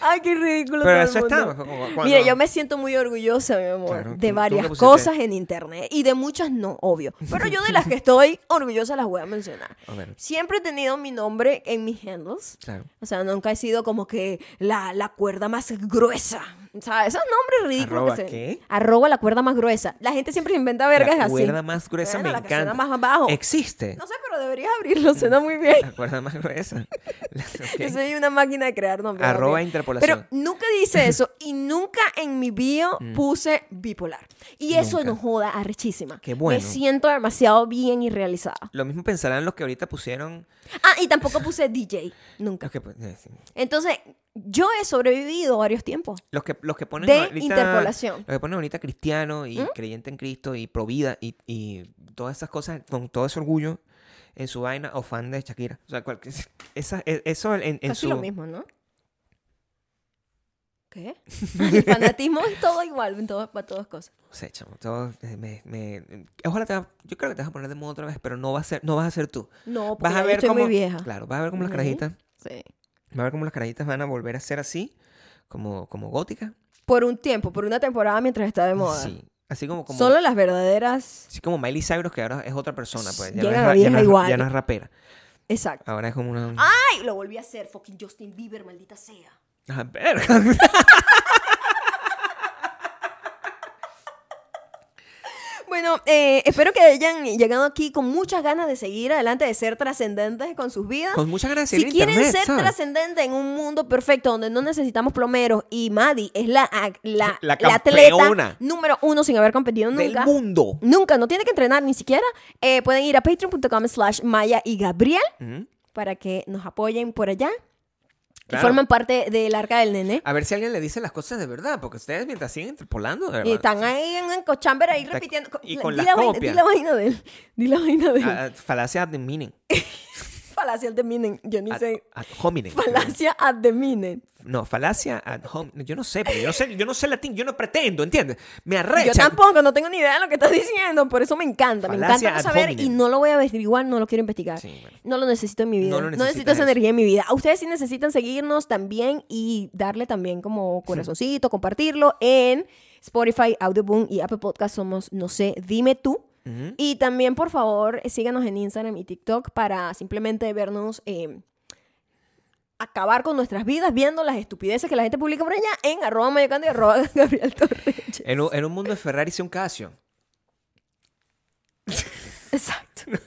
A: Ay, qué ridículo.
B: pero
A: todo el
B: eso está.
A: mundo.
B: como cuando-
A: Mira, yo me siento muy orgullosa, mi amor,
B: Claro, tú-
A: de
B: tú
A: varias
B: le pusiste-
A: cosas en internet. Y de muchas no, obvio. Pero yo de las que estoy orgullosa las voy a mencionar.
B: A ver,
A: Siempre he tenido mi nombre en mis handles.
B: claro.
A: O sea, nunca he sido como que la, la cuerda más gruesa. O sea, esos nombres ridículos
B: ¿Arroba
A: que se...
B: qué?
A: Arroba la cuerda más gruesa. La gente siempre se inventa vergas
B: La
A: así.
B: cuerda más gruesa
A: Bueno,
B: me
A: la que suena
B: encanta.
A: más abajo.
B: Existe.
A: No sé, pero deberías abrirlo, suena muy bien.
B: La cuerda más gruesa. La- ok.
A: Yo soy una máquina de crear nombres.
B: Arroba
A: ok. Pero
B: interpolación.
A: nunca dice eso y nunca en mi bio puse bipolar. Y eso
B: Mm. Nunca.
A: no joda, arrechísima.
B: Qué bueno.
A: Me siento demasiado bien y realizada.
B: Lo mismo pensarán los que ahorita pusieron.
A: Ah, y tampoco puse DJ, nunca.
B: Los que, pu- eh, sí.
A: Entonces, yo he sobrevivido varios tiempos.
B: los que, los que ponen
A: De
B: ahorita.
A: interpolación. ¿Mm?
B: Los que ponen ahorita cristiano y creyente en Cristo y pro vida y, y todas esas cosas con todo ese orgullo en su vaina o fan de Shakira. O sea, cual- esa- e- eso en, en
A: Casi
B: su.
A: lo mismo, ¿no? ¿Qué? El fanatismo es todo igual, en todo- para todas cosas.
B: No sé, chamo, todo- eh, me- me- ojalá te va- Yo creo que te vas a poner de moda otra vez, pero no, va a ser, no vas a ser tú.
A: No, porque
B: Vas a
A: ya
B: ver
A: estoy
B: cómo.
A: muy vieja.
B: Claro, vas a ver cómo las
A: Ujú.
B: carajitas.
A: Sí.
B: Vas a ver cómo las carajitas van a volver a ser así, como, como góticas.
A: Por un tiempo, por una temporada mientras está de moda.
B: Sí. Así como, como
A: Solo las verdaderas.
B: Así como Miley Cyrus, que ahora es otra persona, pues.
A: Llega
B: Ya, no, es,
A: la
B: ra- ya,
A: vieja
B: no es-
A: igual. Ah.
B: ya no es rapera.
A: Exacto.
B: Ahora es como una.
A: ¡Ay! Lo volví a hacer, fucking Justin Bieber, maldita sea.
B: Ah, verga.
A: Bueno, eh, espero que hayan llegado aquí con muchas ganas de seguir adelante, de ser trascendentes con sus vidas.
B: Con muchas ganas de
A: si
B: seguir
A: quieren
B: internet,
A: ser
B: ¿sabes?
A: trascendentes en un mundo perfecto donde no necesitamos plomeros y Maddie es la, a- la,
B: La
A: atleta
B: campeona.
A: número uno sin haber competido
B: Del
A: nunca.
B: mundo.
A: Nunca, no tiene que entrenar ni siquiera. Eh, pueden ir a patreon.com slash maya y gabriel
B: Ujú.
A: para que nos apoyen por allá. Y
B: Claro.
A: forman parte del arca del nene.
B: A ver si alguien le dice las cosas de verdad, porque ustedes mientras siguen interpolando, de
A: Y
B: verdad.
A: están ahí en, en Cochamber ahí
B: Está-
A: repitiendo.
B: y con
A: di
B: las
A: la vaina-
B: copias.
A: Di la vaina de él. Di la vaina de él.
B: Ah, ah, falacia ad hominem.
A: Falacia ad hominem. Yo ni
B: Ad,
A: sé.
B: ad Ah, hominem.
A: Falacia ad hominem.
B: No, falacia ad hominem. Yo no sé, porque yo no sé, yo no sé latín, yo no pretendo, ¿entiendes? Me arrecha.
A: Yo tampoco, no tengo ni idea de lo que estás diciendo. Por eso me encanta. Me
B: Falacia
A: encanta no
B: ad
A: saber
B: hominem.
A: y no lo voy a averiguar, no lo quiero investigar.
B: Sí, bueno.
A: No lo necesito en mi vida.
B: No
A: No,
B: lo
A: necesito
B: necesitas
A: esa
B: eso.
A: energía en mi vida. A ustedes sí necesitan seguirnos también y darle también como corazoncito, compartirlo en Spotify, Audioboom y Apple Podcast. Somos, no sé, dime tú.
B: Ujú.
A: Y también, por favor, eh, síganos en Instagram y TikTok para simplemente vernos eh, acabar con nuestras vidas viendo las estupideces que la gente publica por allá en arroba mayocando y arroba Gabriel Torreyes.
B: En, un, en un mundo de Ferrari y un Casio.
A: Exacto.